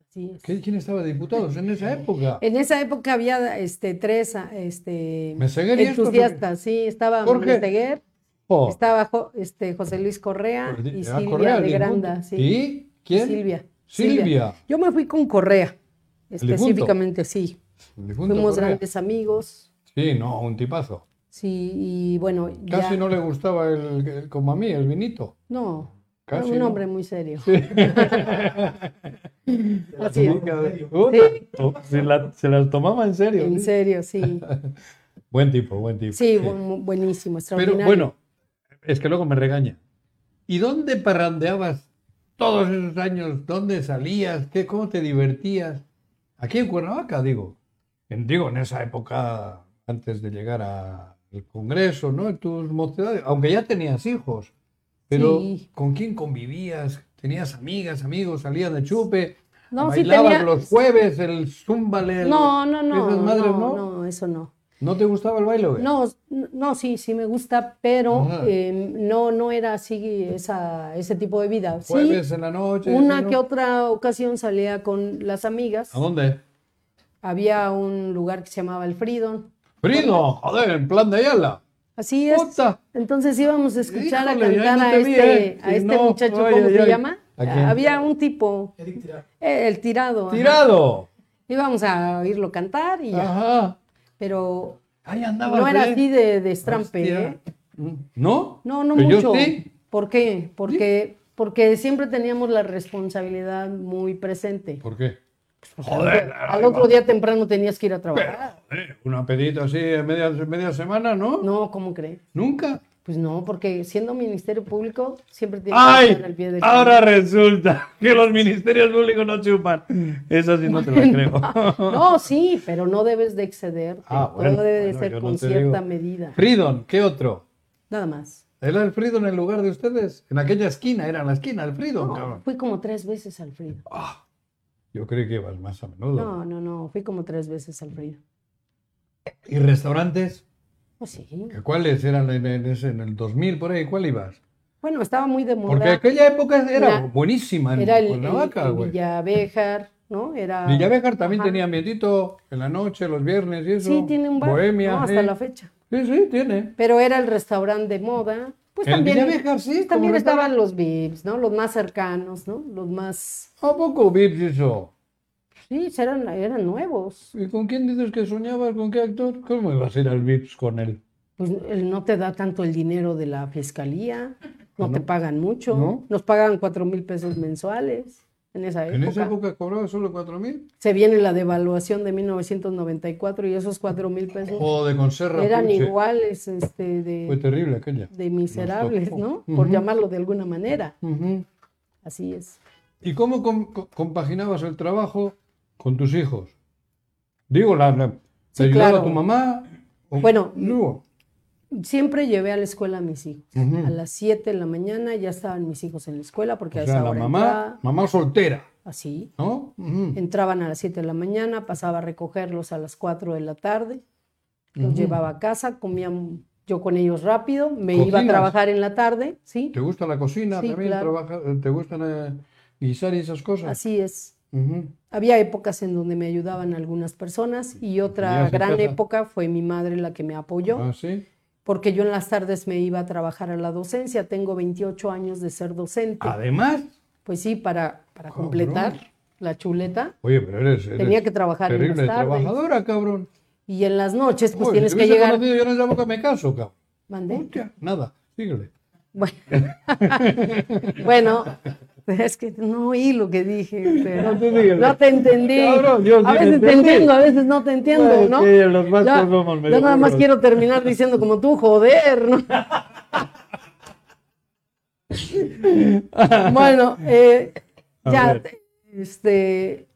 Speaker 3: Así es.
Speaker 1: ¿Qué- ¿Quién estaba diputados en esa época?
Speaker 3: En esa época había este, tres ah, este,
Speaker 1: Meseguer y estos, ¿o qué?
Speaker 3: entusiastas. Sí, estaba
Speaker 1: Jorge.
Speaker 3: Meseguer,
Speaker 1: Oh,
Speaker 3: Estaba Jo- este, José Luis Correa y
Speaker 1: ah,
Speaker 3: Silvia
Speaker 1: Correa,
Speaker 3: de
Speaker 1: ningún-
Speaker 3: Granda. Sí.
Speaker 1: ¿Y quién?
Speaker 3: Silvia,
Speaker 1: Silvia.
Speaker 3: Yo me fui con Correa,
Speaker 1: difunto.
Speaker 3: específicamente, sí.
Speaker 1: El difunto
Speaker 3: Fuimos
Speaker 1: Correa.
Speaker 3: grandes amigos.
Speaker 1: Sí, no, un tipazo.
Speaker 3: Sí, y bueno, ya.
Speaker 1: Casi no le gustaba el, el- como a mí, el vinito.
Speaker 3: No, era
Speaker 1: Casi
Speaker 3: un
Speaker 1: no.
Speaker 3: hombre muy serio. Así es.
Speaker 1: Sí. Se, la- se las tomaba en serio.
Speaker 3: En serio, sí.
Speaker 1: Buen tipo, buen tipo.
Speaker 3: Sí, bu- buenísimo,
Speaker 1: Pero
Speaker 3: extraordinario.
Speaker 1: bueno, es que luego me regaña. ¿Y dónde parrandeabas todos esos años? ¿Dónde salías? ¿Qué, ¿Cómo te divertías? Aquí en Cuernavaca, digo. En, digo, en esa época, antes de llegar a- al Congreso, ¿no? En tus mocedades, aunque ya tenías hijos. Pero
Speaker 3: Sí.
Speaker 1: ¿con quién convivías? ¿Tenías amigas, amigos? ¿Salías de chupe?
Speaker 3: No, sí
Speaker 1: ¿Bailabas
Speaker 3: tenía-
Speaker 1: los jueves, el zúmbale? el-
Speaker 3: No, no, no,
Speaker 1: esas madres,
Speaker 3: no,
Speaker 1: ¿no?
Speaker 3: no, eso no.
Speaker 1: ¿No te gustaba el baile? o qué?
Speaker 3: No, s- no, sí, sí me gusta, pero
Speaker 1: Pues. Ajá.
Speaker 3: eh, no, no era así esa, ese tipo de vida. Sí,
Speaker 1: Jueves en la noche.
Speaker 3: Una
Speaker 1: ¿no? Ah.
Speaker 3: que otra ocasión salía con las amigas.
Speaker 1: ¿A dónde?
Speaker 3: Había un lugar que se llamaba el Freedom.
Speaker 1: Frino, joder, en plan de Ayala.
Speaker 3: Así es.
Speaker 1: Puta.
Speaker 3: Entonces íbamos a escuchar a
Speaker 1: Híjole, ya no
Speaker 3: cantar a
Speaker 1: te vi,
Speaker 3: este,
Speaker 1: ¿eh?
Speaker 3: a
Speaker 1: Sí,
Speaker 3: este
Speaker 1: no,
Speaker 3: muchacho,
Speaker 1: ay,
Speaker 3: ¿cómo
Speaker 1: ay,
Speaker 3: se
Speaker 1: ay.
Speaker 3: llama?
Speaker 1: ¿A quién?
Speaker 3: Había un tipo,
Speaker 2: Eric Tirado.
Speaker 3: eh, el tirado. ajá.
Speaker 1: Tirado.
Speaker 3: Íbamos a oírlo cantar y ya.
Speaker 1: Ajá.
Speaker 3: Pero
Speaker 1: Ahí andaba.
Speaker 3: no era
Speaker 1: ¿eh?
Speaker 3: así de, de estrampe,
Speaker 1: Hostia.
Speaker 3: ¿eh?
Speaker 1: ¿No?
Speaker 3: No, no
Speaker 1: Pero Yo
Speaker 3: mucho.
Speaker 1: sí.
Speaker 3: ¿Por qué? Porque, porque siempre teníamos la responsabilidad muy presente.
Speaker 1: ¿Por qué?
Speaker 3: Joder, al otro día temprano tenías que ir a trabajar.
Speaker 1: Joder, una pedita así a media, media semana, ¿no?
Speaker 3: No, ¿cómo crees?
Speaker 1: ¿Nunca?
Speaker 3: Pues no, porque siendo Ministerio Público siempre tiene que estar al
Speaker 4: ¡Ay!
Speaker 3: pie del
Speaker 4: Ahora resulta que los ministerios públicos no chupan. Eso sí no te la creo.
Speaker 3: cañón. No, sí, pero no debes de exceder.
Speaker 1: Ah, bueno,
Speaker 3: Todo debe de
Speaker 1: bueno,
Speaker 3: ser
Speaker 1: yo no
Speaker 3: con
Speaker 1: te
Speaker 3: cierta
Speaker 1: digo.
Speaker 3: medida.
Speaker 1: Fridon, ¿qué otro?
Speaker 3: Nada más.
Speaker 1: ¿Era el Fridon en lugar de ustedes? En aquella esquina, era la esquina, el Fridon, cabrón.
Speaker 3: Fui como tres veces al Frido.
Speaker 1: Yo creo que ibas más a menudo.
Speaker 3: No, no, no, fui como tres veces al Frido.
Speaker 1: ¿Y restaurantes?
Speaker 3: Pues sí.
Speaker 1: ¿Cuáles eran en, en ese- en el 2000 por ahí? ¿Cuál ibas?
Speaker 3: Bueno, estaba muy de moda.
Speaker 1: Porque aquella época era
Speaker 3: Era-
Speaker 1: buenísima en
Speaker 3: Era el, el,
Speaker 1: Cuernavaca,
Speaker 3: el
Speaker 1: güey.
Speaker 3: Villavejar, ¿no? Era...
Speaker 1: Villavejar también
Speaker 3: Ajá.
Speaker 1: tenía miedito en la noche, los viernes y eso.
Speaker 3: Sí, tiene un bar.
Speaker 1: Bohemia. eh.
Speaker 3: no, hasta
Speaker 1: sí.
Speaker 3: la fecha.
Speaker 1: sí, sí, tiene.
Speaker 3: Pero era el restaurante de moda. Pues
Speaker 1: El
Speaker 3: también, pues
Speaker 1: Villavejar, sí, como
Speaker 3: también
Speaker 1: restaurante.
Speaker 3: estaban los VIPs, ¿no? Los más cercanos, ¿no? Los más...
Speaker 1: ¿A poco vips eso?
Speaker 3: Sí, pues eran, eran nuevos.
Speaker 1: ¿Y con quién dices que soñabas? ¿Con qué actor? ¿Cómo ibas a ir al vips con él?
Speaker 3: Pues él no te da tanto el dinero de la fiscalía, no, te pagan mucho.
Speaker 1: Ah, ¿No?
Speaker 3: Nos pagan cuatro mil pesos mensuales en esa época.
Speaker 1: ¿En esa época cobraba solo 4 mil?
Speaker 3: Se viene la devaluación de 1994 y esos cuatro mil pesos
Speaker 1: O de con Serra
Speaker 3: eran
Speaker 1: Puche.
Speaker 3: iguales este,
Speaker 1: Fue
Speaker 3: de,
Speaker 1: terrible aquella.
Speaker 3: de miserables,
Speaker 1: Pues, tocó.
Speaker 3: ¿no? Por
Speaker 1: Ujú.
Speaker 3: llamarlo de alguna manera.
Speaker 1: Ujú.
Speaker 3: Así es.
Speaker 1: ¿Y cómo com- co- compaginabas el trabajo con tus hijos? Digo, la, la- ¿te
Speaker 3: Sí,
Speaker 1: ayudaba
Speaker 3: claro.
Speaker 1: tu mamá? ¿O-
Speaker 3: Bueno, mm,
Speaker 1: Luego.
Speaker 3: Siempre llevé a la escuela a mis hijos.
Speaker 1: Ujú.
Speaker 3: A las 7 de la mañana ya estaban mis hijos en la escuela porque
Speaker 1: O
Speaker 3: a
Speaker 1: sea,
Speaker 3: esa
Speaker 1: Pues la
Speaker 3: hora
Speaker 1: mamá,
Speaker 3: entraba-
Speaker 1: mamá soltera,
Speaker 3: así.
Speaker 1: ¿no? Ujú.
Speaker 3: Entraban a las 7 de la mañana, pasaba a recogerlos a las 4 de la tarde, los
Speaker 1: Ujú.
Speaker 3: llevaba a casa, comía yo con ellos rápido, me iba a
Speaker 1: ¿Cocinas?
Speaker 3: trabajar en la tarde, ¿sí?
Speaker 1: ¿Te gusta la cocina
Speaker 3: Sí,
Speaker 1: también?
Speaker 3: claro.
Speaker 1: trabaja- ¿Te gustan eh, guisar y esas cosas?
Speaker 3: Así es.
Speaker 1: Ujú.
Speaker 3: Había épocas en donde me ayudaban algunas personas y otra
Speaker 1: Tenías en
Speaker 3: gran
Speaker 1: casa.
Speaker 3: época fue mi madre la que me apoyó,
Speaker 1: Ah, sí.
Speaker 3: porque yo en las tardes me iba a trabajar a la docencia. Tengo 28 años de ser docente.
Speaker 4: Además,
Speaker 3: Pues sí, para, para
Speaker 1: Cabrón.
Speaker 3: completar la chuleta.
Speaker 1: Oye, pero eres. eres
Speaker 3: Tenía que trabajar en las
Speaker 1: Terrible
Speaker 3: tardes.
Speaker 1: trabajadora, cabrón.
Speaker 3: Y en las noches, pues
Speaker 1: Uy,
Speaker 3: tienes
Speaker 1: si
Speaker 3: que
Speaker 1: hubiese
Speaker 3: llegar.
Speaker 1: conocido yo en esa boca me caso, cabrón.
Speaker 3: ¿Mandé?
Speaker 1: Hostia, nada, síguele.
Speaker 3: Bueno. Bueno, es que no oí lo que dije. pero
Speaker 4: No, tú síguele.
Speaker 3: no te entendí.
Speaker 4: Cabrón, Dios,
Speaker 3: a
Speaker 4: sí te
Speaker 3: veces te
Speaker 4: entendí.
Speaker 3: entiendo, a veces no te entiendo,
Speaker 4: Ay,
Speaker 3: ¿no?
Speaker 4: sí, los vascos
Speaker 3: Ya-
Speaker 4: somos medio
Speaker 3: ya nada más
Speaker 4: burros.
Speaker 3: quiero terminar diciendo como tú, joder, ¿no? bueno, eh,
Speaker 4: A
Speaker 3: ya,
Speaker 4: ver.
Speaker 3: te- este,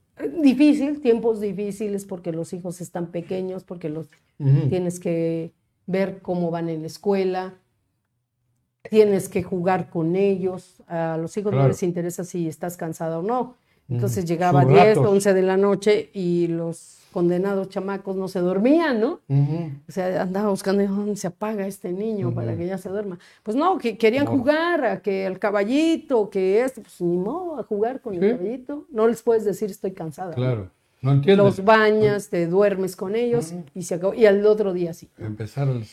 Speaker 3: difícil, tiempos difíciles porque los hijos están pequeños, porque los
Speaker 1: Ujú.
Speaker 3: tienes que ver cómo van en la escuela, tienes que jugar con ellos, a los hijos no
Speaker 1: Claro.
Speaker 3: les interesa si estás cansada o no.
Speaker 4: Mm.
Speaker 1: Ujú.
Speaker 3: Entonces llegaba a
Speaker 1: Sus
Speaker 3: 10,
Speaker 1: ratos.
Speaker 3: 11 de la noche y los condenados chamacos no se dormían, ¿no?
Speaker 1: Ujú.
Speaker 3: O sea, andaba buscando dónde se apaga este niño para
Speaker 1: Ujú.
Speaker 3: que ya se duerma. Pues no, que querían
Speaker 1: No.
Speaker 3: jugar, a que el caballito, que esto, pues ni modo, a jugar con
Speaker 1: Sí.
Speaker 3: el caballito. No les puedes decir estoy cansada. ¿no?
Speaker 1: Claro. Ah. No entiendo.
Speaker 3: Los bañas, te duermes con ellos y se acabó. Y al otro día sí.
Speaker 1: Empezar. el-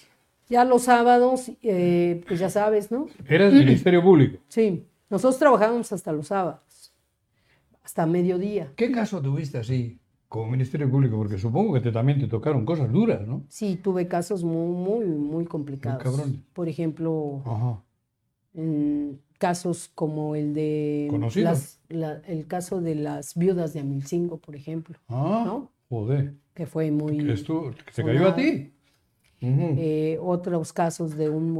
Speaker 3: Ya los sábados, eh, pues ya sabes, ¿no?
Speaker 1: Eres Ministerio Público.
Speaker 3: Sí, nosotros trabajábamos hasta los sábados, hasta mediodía.
Speaker 1: ¿Qué caso tuviste así como Ministerio Público? Porque supongo que te, también te tocaron cosas duras, ¿no?
Speaker 3: Sí, tuve casos muy, muy, muy complicados.
Speaker 1: cabrones.
Speaker 3: Por ejemplo,
Speaker 1: Ajá.
Speaker 3: en casos como el de
Speaker 1: Conocido.
Speaker 3: las- la- el caso de las viudas de Amilcingo, por ejemplo,
Speaker 1: Ah,
Speaker 3: ¿No?
Speaker 1: joder.
Speaker 3: que fue muy
Speaker 1: Esto, ¿Se cayó a ti? Ujú.
Speaker 3: eh, otros casos de un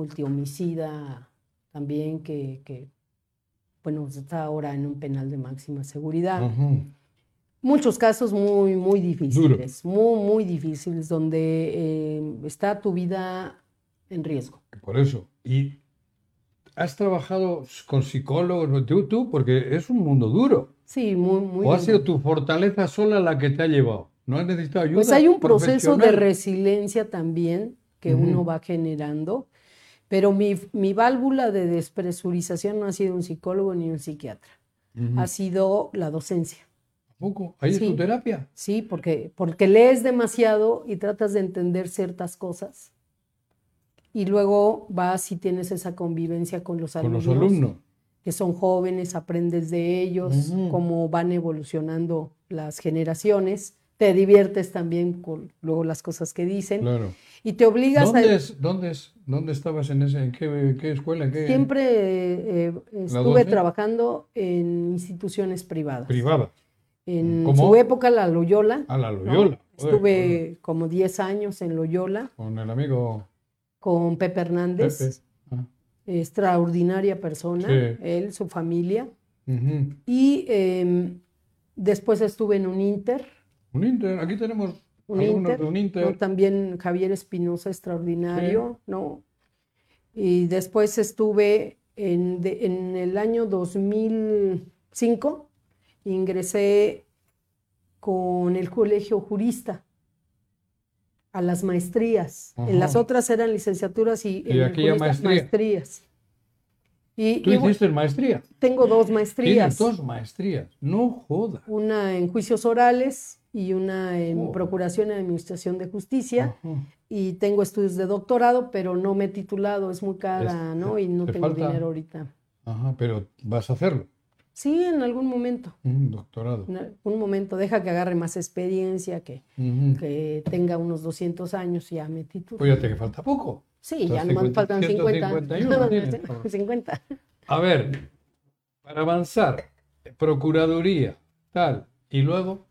Speaker 3: multihomicida también que, que, bueno, está ahora en un penal de máxima seguridad.
Speaker 1: Ujú.
Speaker 3: Muchos casos muy, muy difíciles, muy, muy difíciles, donde eh, está tu vida en riesgo.
Speaker 1: Por eso. ¿Y has trabajado con psicólogos? ¿no? Tú, tú, porque es un mundo duro.
Speaker 3: Sí, muy, muy.
Speaker 1: ¿O ha
Speaker 3: duro.
Speaker 1: sido tu fortaleza sola la que te ha llevado? ¿No has necesitado ayuda?
Speaker 3: Pues hay un proceso de
Speaker 1: profesional?
Speaker 3: resiliencia también que
Speaker 1: Ujú.
Speaker 3: uno va generando, pero mi, mi válvula de despresurización no ha sido un psicólogo ni un psiquiatra,
Speaker 1: Ujú.
Speaker 3: ha sido la docencia.
Speaker 1: ¿Poco? ¿Ahí es
Speaker 3: Sí.
Speaker 1: tu terapia?
Speaker 3: Sí, porque, porque lees demasiado y tratas de entender ciertas cosas. Y luego vas y tienes esa convivencia con los
Speaker 1: Con
Speaker 3: alumnos,
Speaker 1: los alumnos.
Speaker 3: que son jóvenes, aprendes de ellos,
Speaker 1: Ujú.
Speaker 3: cómo van evolucionando las generaciones. Te diviertes también con luego las cosas que dicen.
Speaker 1: Claro.
Speaker 3: Y te obligas
Speaker 1: ¿Dónde,
Speaker 3: a...
Speaker 1: es- dónde, es- dónde estabas en ese? ¿En qué, qué escuela? ¿En qué?
Speaker 3: Siempre eh, eh, estuve
Speaker 1: docencia?
Speaker 3: trabajando en instituciones privadas.
Speaker 1: Privada.
Speaker 3: En
Speaker 1: ¿Cómo?
Speaker 3: su época, la Loyola.
Speaker 1: A la
Speaker 3: ¿no?
Speaker 1: Loyola. Joder,
Speaker 3: Estuve como 10 años en Loyola.
Speaker 1: Con el amigo
Speaker 3: con Pepe Hernández,
Speaker 1: Pepe. Ah,
Speaker 3: extraordinaria persona,
Speaker 1: Sí.
Speaker 3: él, su familia.
Speaker 1: ujú.
Speaker 3: Y em, después estuve en un Inter,
Speaker 1: Un Inter. Aquí tenemos
Speaker 3: un
Speaker 1: alumnos
Speaker 3: Inter,
Speaker 1: de un
Speaker 3: ¿no?
Speaker 1: Inter.
Speaker 3: también Javier Espinosa, extraordinario, ¿no? Y después estuve en, de- en el año 2005, ingresé con el colegio jurista a las maestrías.
Speaker 1: Ajá.
Speaker 3: En las otras eran licenciaturas y,
Speaker 1: Y
Speaker 3: en el
Speaker 1: aquí ya
Speaker 3: jurista,
Speaker 1: maestría.
Speaker 3: maestrías. Y,
Speaker 1: Tú
Speaker 3: y bueno,
Speaker 1: hiciste maestría.
Speaker 3: tengo dos maestrías,
Speaker 1: Tienes dos maestrías. No jodas.
Speaker 3: una en juicios orales y una en
Speaker 1: Joder.
Speaker 3: procuración y administración de justicia
Speaker 1: Oh. Ajá.
Speaker 3: y tengo estudios de doctorado, pero no me he titulado, es muy cara,
Speaker 1: Es-
Speaker 3: ¿no? Y no
Speaker 1: te
Speaker 3: tengo
Speaker 1: falta.
Speaker 3: dinero ahorita.
Speaker 1: Ajá, pero vas a hacerlo.
Speaker 3: Sí, en algún momento,
Speaker 1: Un doctorado.
Speaker 3: en algún momento, deja que agarre más experiencia, que,
Speaker 1: Ujú.
Speaker 3: que tenga unos 200 años y ya me titulo.
Speaker 1: Pues ya te falta poco.
Speaker 3: Sí, ya nomás me
Speaker 1: 150,
Speaker 3: faltan 50.
Speaker 1: 151 tienes, cabrón.
Speaker 3: 50.
Speaker 1: A ver, para avanzar, procuraduría, tal, y luego,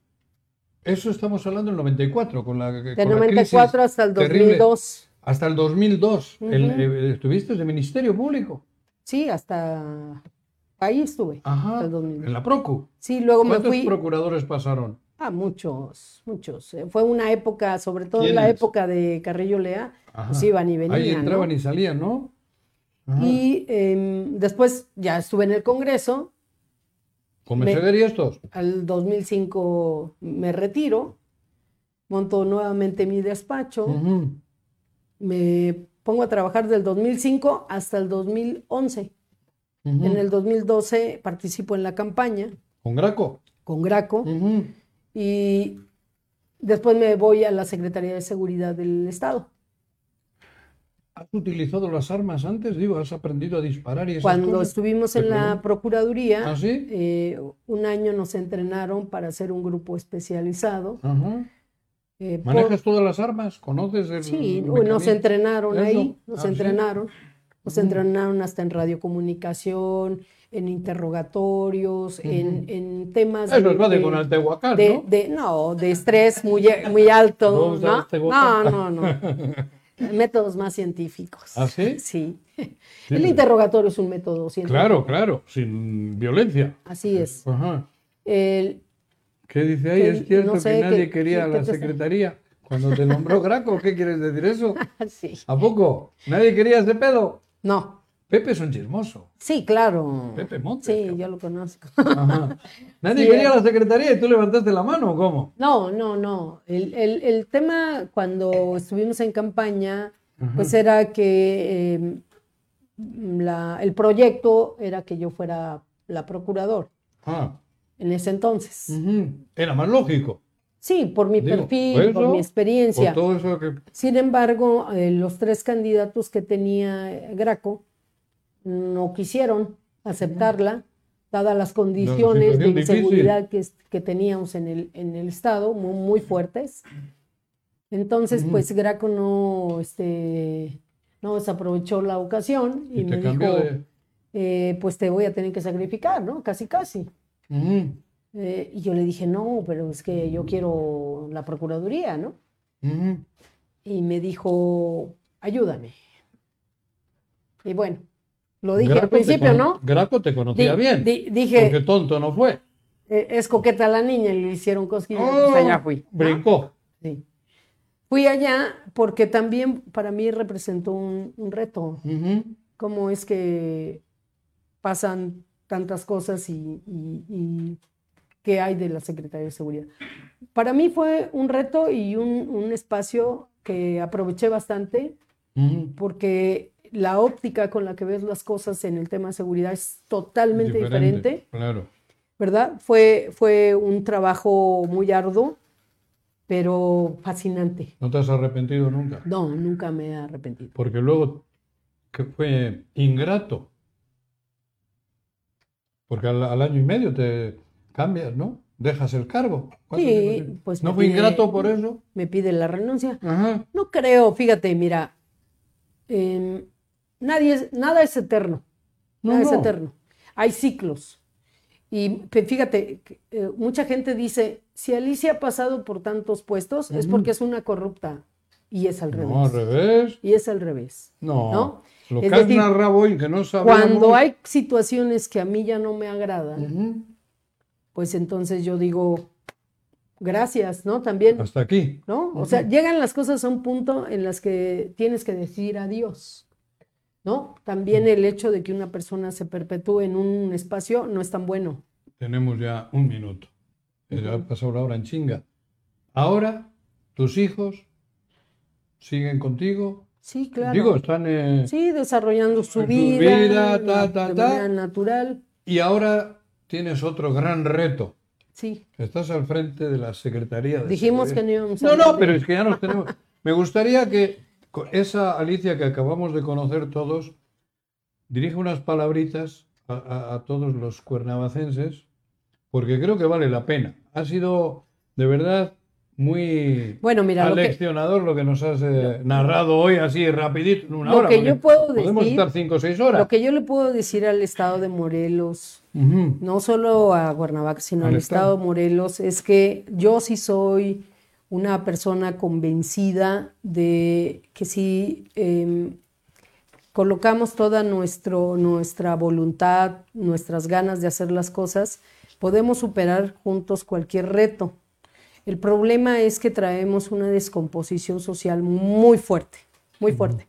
Speaker 1: eso estamos hablando del 94, con la,
Speaker 3: De
Speaker 1: con la
Speaker 3: 94
Speaker 1: crisis
Speaker 3: hasta el
Speaker 1: terrible.
Speaker 3: 2002.
Speaker 1: Hasta el 2002, el-
Speaker 3: Ujú.
Speaker 1: eh, estuviste de Ministerio Público,
Speaker 3: Sí, hasta ahí estuve.
Speaker 1: ajá,
Speaker 3: Hasta el 2002.
Speaker 1: en la Procu.
Speaker 3: Sí, luego me
Speaker 1: Ah. ¿Cuántos
Speaker 3: fui
Speaker 1: procuradores pasaron?
Speaker 3: a muchos, muchos. Eh, Fue una época, sobre todo en la
Speaker 1: ¿Quiénes?
Speaker 3: época de Carrillo Lea,
Speaker 1: Ajá.
Speaker 3: pues iban y venían.
Speaker 1: Ahí
Speaker 3: ¿no?
Speaker 1: entraban y salían, ¿no? Ajá.
Speaker 3: Y em, después ya estuve en el Congreso,
Speaker 1: ¿Con
Speaker 3: me-
Speaker 1: Mercedes y estos?
Speaker 3: al 2005 me retiro, monto nuevamente mi despacho,
Speaker 1: Ujú.
Speaker 3: me pongo a trabajar del 2005 hasta el 2011.
Speaker 1: Ujú.
Speaker 3: En el 2012 participo en la campaña
Speaker 1: ¿Con Graco?
Speaker 3: con Graco.
Speaker 4: Ujú.
Speaker 3: Y después me voy a la Secretaría de Seguridad del Estado.
Speaker 1: ¿Has utilizado las armas antes? Digo, ¿has aprendido a disparar y esas
Speaker 3: Cuando
Speaker 1: cosas?
Speaker 3: estuvimos
Speaker 1: Te
Speaker 3: en la
Speaker 1: pregunto.
Speaker 3: Procuraduría,
Speaker 1: ¿Ah, sí?
Speaker 3: eh, un año nos entrenaron para hacer un grupo especializado.
Speaker 1: Ajá.
Speaker 3: eh, por-
Speaker 1: ¿Manejas todas las armas? ¿Conoces el
Speaker 3: Sí, uy,
Speaker 1: mecanismo?
Speaker 3: nos entrenaron
Speaker 1: Eso.
Speaker 3: ahí, nos
Speaker 1: Ah, sí.
Speaker 3: entrenaron, nos
Speaker 1: Ujú.
Speaker 3: entrenaron hasta en radiocomunicación, en interrogatorios, en, en temas
Speaker 1: Eso es va de con Altehuacán,
Speaker 3: de,
Speaker 1: ¿no?
Speaker 3: de- no, de estrés muy, muy alto,
Speaker 1: Vamos a
Speaker 3: ¿no?
Speaker 1: este
Speaker 3: No,
Speaker 1: botón.
Speaker 3: no, no. Métodos más científicos.
Speaker 1: ¿Ah, sí?
Speaker 3: Sí. El
Speaker 1: pero-
Speaker 3: interrogatorio es un método científico.
Speaker 1: Claro, claro, sin violencia.
Speaker 3: Así es.
Speaker 1: Ajá.
Speaker 3: El-
Speaker 1: ¿Qué dice ahí?
Speaker 3: Que
Speaker 1: ¿Es cierto
Speaker 3: no sé,
Speaker 1: que nadie
Speaker 3: que-
Speaker 1: quería a
Speaker 3: que
Speaker 1: la
Speaker 3: te-
Speaker 1: secretaría cuando te nombró Graco? ¿Qué quieres decir eso?
Speaker 3: ah, sí.
Speaker 1: ¿A poco? ¿Nadie quería ese pedo?
Speaker 3: No.
Speaker 1: Pepe es un chismoso.
Speaker 3: Sí, claro.
Speaker 1: Pepe Montes,
Speaker 3: Sí,
Speaker 1: cabrón.
Speaker 3: yo lo conozco.
Speaker 1: Ajá. Nadie
Speaker 3: Sí,
Speaker 1: quería
Speaker 3: eh.
Speaker 1: a la secretaría y tú levantaste la mano, ¿o ¿cómo?
Speaker 3: No, no, no. El, el- el tema cuando estuvimos en campaña,
Speaker 1: Ajá.
Speaker 3: pues era que eh, la- el proyecto era que yo fuera la procurador
Speaker 1: Ah,
Speaker 3: en ese entonces.
Speaker 1: ujú. Era más lógico.
Speaker 3: Sí, por mi
Speaker 1: Mm. Digo,
Speaker 3: perfil,
Speaker 1: por
Speaker 3: por
Speaker 1: eso,
Speaker 3: mi experiencia.
Speaker 1: Por todo eso que...
Speaker 3: Sin embargo, eh, los tres candidatos que tenía eh, Graco no quisieron aceptarla, dadas las condiciones de
Speaker 1: situación difícil.
Speaker 3: inseguridad que, es- que teníamos en el, en el Estado, muy, muy fuertes. Entonces,
Speaker 1: Ujú.
Speaker 3: pues Graco no, este, no desaprovechó la ocasión y,
Speaker 1: Y
Speaker 3: me
Speaker 1: te
Speaker 3: dijo,
Speaker 1: cambió de...
Speaker 3: eh, pues te voy a tener que sacrificar, ¿no? Casi, casi.
Speaker 1: Ujú,
Speaker 3: Eh, y yo le dije, no, pero es que yo quiero la Procuraduría, ¿no?
Speaker 1: ujú.
Speaker 3: y me dijo, ayúdame. Y bueno, lo dije
Speaker 1: Graco
Speaker 3: al
Speaker 1: te
Speaker 3: principio,
Speaker 1: cono-
Speaker 3: ¿no?
Speaker 1: Graco te conocía
Speaker 3: Di-
Speaker 1: bien.
Speaker 3: di-
Speaker 1: Porque
Speaker 3: dije,
Speaker 1: tonto no fue.
Speaker 3: "Eh, es coqueta la niña, y le hicieron cosquillas,
Speaker 1: Oh,
Speaker 3: pues allá fui. ¿no?
Speaker 1: Brincó.
Speaker 3: Sí. Fui allá porque también para mí representó un, un reto.
Speaker 1: Ujú.
Speaker 3: Cómo es que pasan tantas cosas y, y- y qué hay de la Secretaría de Seguridad. Para mí fue un reto y un- un espacio que aproveché bastante
Speaker 1: Ujú.
Speaker 3: porque la óptica con la que ves las cosas en el tema de seguridad es totalmente diferente,
Speaker 1: Diferente, Claro.
Speaker 3: ¿verdad? Fue, fue un trabajo muy arduo, pero fascinante.
Speaker 1: No te has arrepentido nunca.
Speaker 3: No, nunca me he arrepentido.
Speaker 1: Porque luego que fue ingrato. Porque al, al año y medio te cambias, ¿no? Dejas el cargo. ¿Cuánto
Speaker 3: Sí,
Speaker 1: tiempo tienes?
Speaker 3: pues
Speaker 1: ¿No
Speaker 3: me
Speaker 1: fue
Speaker 3: tiene-
Speaker 1: ingrato por eso?
Speaker 3: Me pide la renuncia.
Speaker 1: Ajá.
Speaker 3: No creo, fíjate, mira, em, nadie es- nada es eterno,
Speaker 1: No,
Speaker 3: nada Ah, es
Speaker 1: no.
Speaker 3: eterno. Hay ciclos. Y pe- fíjate, que, eh, mucha gente dice, si Alicia ha pasado por tantos puestos, es
Speaker 1: Ujú.
Speaker 3: porque es una corrupta. Y es al revés.
Speaker 1: Mm. No, al revés.
Speaker 3: Y es al revés.
Speaker 1: No.
Speaker 3: ¿No?
Speaker 1: Lo
Speaker 3: Es
Speaker 1: que has
Speaker 3: decir,
Speaker 1: narrado hoy, que no sabíamos.
Speaker 3: Cuando hay situaciones que a mí ya no me agradan,
Speaker 1: Ujú.
Speaker 3: pues entonces yo digo, gracias, ¿no? También,
Speaker 1: Hasta aquí.
Speaker 3: ¿no? O sea, llegan las cosas a un punto en las que tienes que decir adiós, ¿no? También
Speaker 1: Mm.
Speaker 3: el hecho de que una persona se perpetúe en un espacio no es tan bueno.
Speaker 1: Tenemos ya un minuto. Eh, Ya ha pasado la hora en chinga. Ahora, tus hijos siguen contigo.
Speaker 3: Sí, claro.
Speaker 1: Digo, están. eh,
Speaker 3: sí, desarrollando su
Speaker 1: su
Speaker 3: vida,
Speaker 1: vida, ta, ta,
Speaker 3: de
Speaker 1: ta.
Speaker 3: manera natural.
Speaker 1: Y ahora tienes otro gran reto.
Speaker 3: Sí,
Speaker 1: Estás al frente de la Secretaría de
Speaker 3: dijimos que
Speaker 1: Seguridad.
Speaker 3: no íbamos a
Speaker 1: Pues, No,
Speaker 3: hablar
Speaker 1: no,
Speaker 3: de-
Speaker 1: pero es que ya nos tenemos. Me gustaría que co- esa Alicia que acabamos de conocer todos dirija unas palabritas a, a- a todos los cuernavacenses, porque creo que vale la pena. Ha sido de verdad muy
Speaker 3: Bueno, mira, lo que,
Speaker 1: aleccionador lo que nos has eh, narrado hoy, así rapidito, en una
Speaker 3: Lo
Speaker 1: hora.
Speaker 3: que
Speaker 1: porque
Speaker 3: yo puedo
Speaker 1: Podemos
Speaker 3: decir-
Speaker 1: estar cinco o seis horas.
Speaker 3: Lo que yo le puedo decir al estado de Morelos,
Speaker 1: Ujú.
Speaker 3: no solo a Cuernavaca, sino al,
Speaker 1: Al
Speaker 3: estado
Speaker 1: estado.
Speaker 3: de Morelos, es que yo sí soy una persona convencida de que si eh, colocamos toda nuestro, nuestra voluntad, nuestras ganas de hacer las cosas, podemos superar juntos cualquier reto. El problema es que traemos una descomposición social muy fuerte, muy fuerte.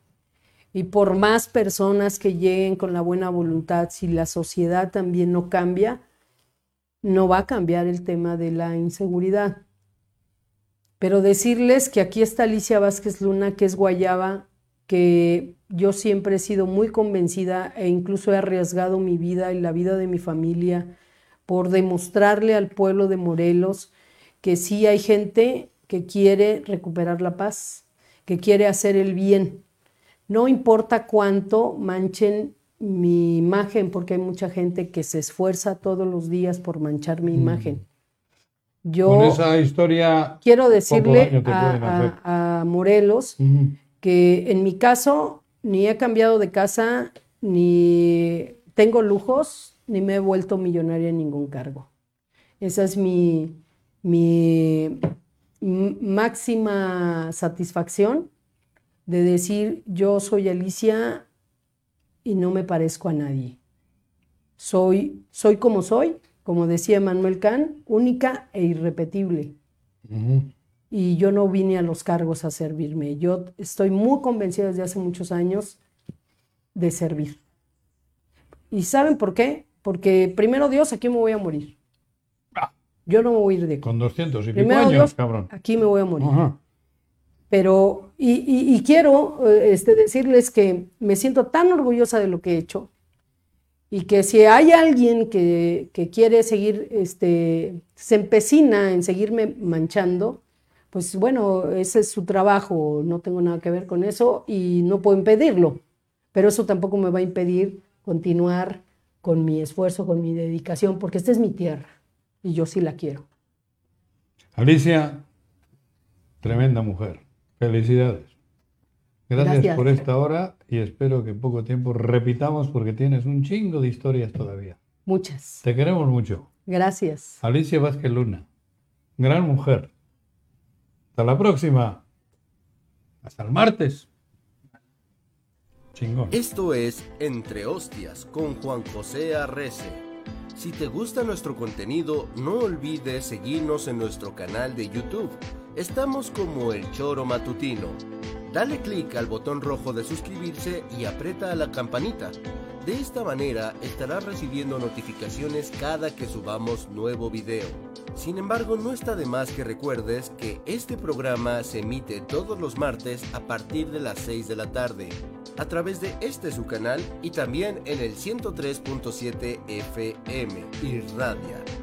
Speaker 3: Y por más personas que lleguen con la buena voluntad, si la sociedad también no cambia, no va a cambiar el tema de la inseguridad. Pero decirles que aquí está Alicia Vázquez Luna, que es Guayaba, que yo siempre he sido muy convencida e incluso he arriesgado mi vida y la vida de mi familia por demostrarle al pueblo de Morelos que sí hay gente que quiere recuperar la paz, que quiere hacer el bien. No importa cuánto manchen mi imagen, porque hay mucha gente que se esfuerza todos los días por manchar mi imagen. Yo
Speaker 1: Mm. Con esa historia.
Speaker 3: quiero
Speaker 1: daño
Speaker 3: decirle
Speaker 1: te pueden hacer.
Speaker 3: a, a- a Morelos
Speaker 1: Ujú.
Speaker 3: que en mi caso ni he cambiado de casa, ni tengo lujos, ni me he vuelto millonaria en ningún cargo. Esa es mi, mi m- máxima satisfacción de decir yo soy Alicia y no me parezco a nadie. Soy, soy como soy, como decía Manuel Kahn, única e irrepetible
Speaker 1: Ujú.
Speaker 3: y yo no vine a los cargos a servirme. Yo estoy muy convencida desde hace muchos años de servir. ¿Y saben por qué? Porque primero Dios, aquí me voy a morir. Yo no me voy a ir de aquí.
Speaker 1: Con 200 y pico
Speaker 3: Primero
Speaker 1: años,
Speaker 3: Dios,
Speaker 1: cabrón.
Speaker 3: aquí me voy a morir.
Speaker 1: Ajá.
Speaker 3: Pero, y, y- y quiero eh, este, decirles que me siento tan orgullosa de lo que he hecho y que si hay alguien que, que quiere seguir, este, se empecina en seguirme manchando, pues bueno, ese es su trabajo, no tengo nada que ver con eso y no puedo impedirlo, pero eso tampoco me va a impedir continuar con mi esfuerzo, con mi dedicación, porque esta es mi tierra y yo sí la quiero.
Speaker 1: Alicia, tremenda mujer. Felicidades. Gracias,
Speaker 3: Gracias.
Speaker 1: por esta hora y espero que en poco tiempo repitamos porque tienes un chingo de historias todavía.
Speaker 3: Muchas.
Speaker 1: Te queremos mucho.
Speaker 3: Gracias.
Speaker 1: Alicia Vázquez Luna, gran mujer. Hasta la próxima. Hasta el martes. Chingón.
Speaker 2: Esto es Entre Hostias con Juan José Arrece. Si te gusta nuestro contenido, no olvides seguirnos en nuestro canal de YouTube. Estamos como El Choro Matutino. Dale clic al botón rojo de suscribirse y aprieta la campanita. De esta manera estarás recibiendo notificaciones cada que subamos nuevo video. Sin embargo, no está de más que recuerdes que este programa se emite todos los martes a partir de las 6 de la tarde a través de este su canal y también en el 103.7 FM Irradia.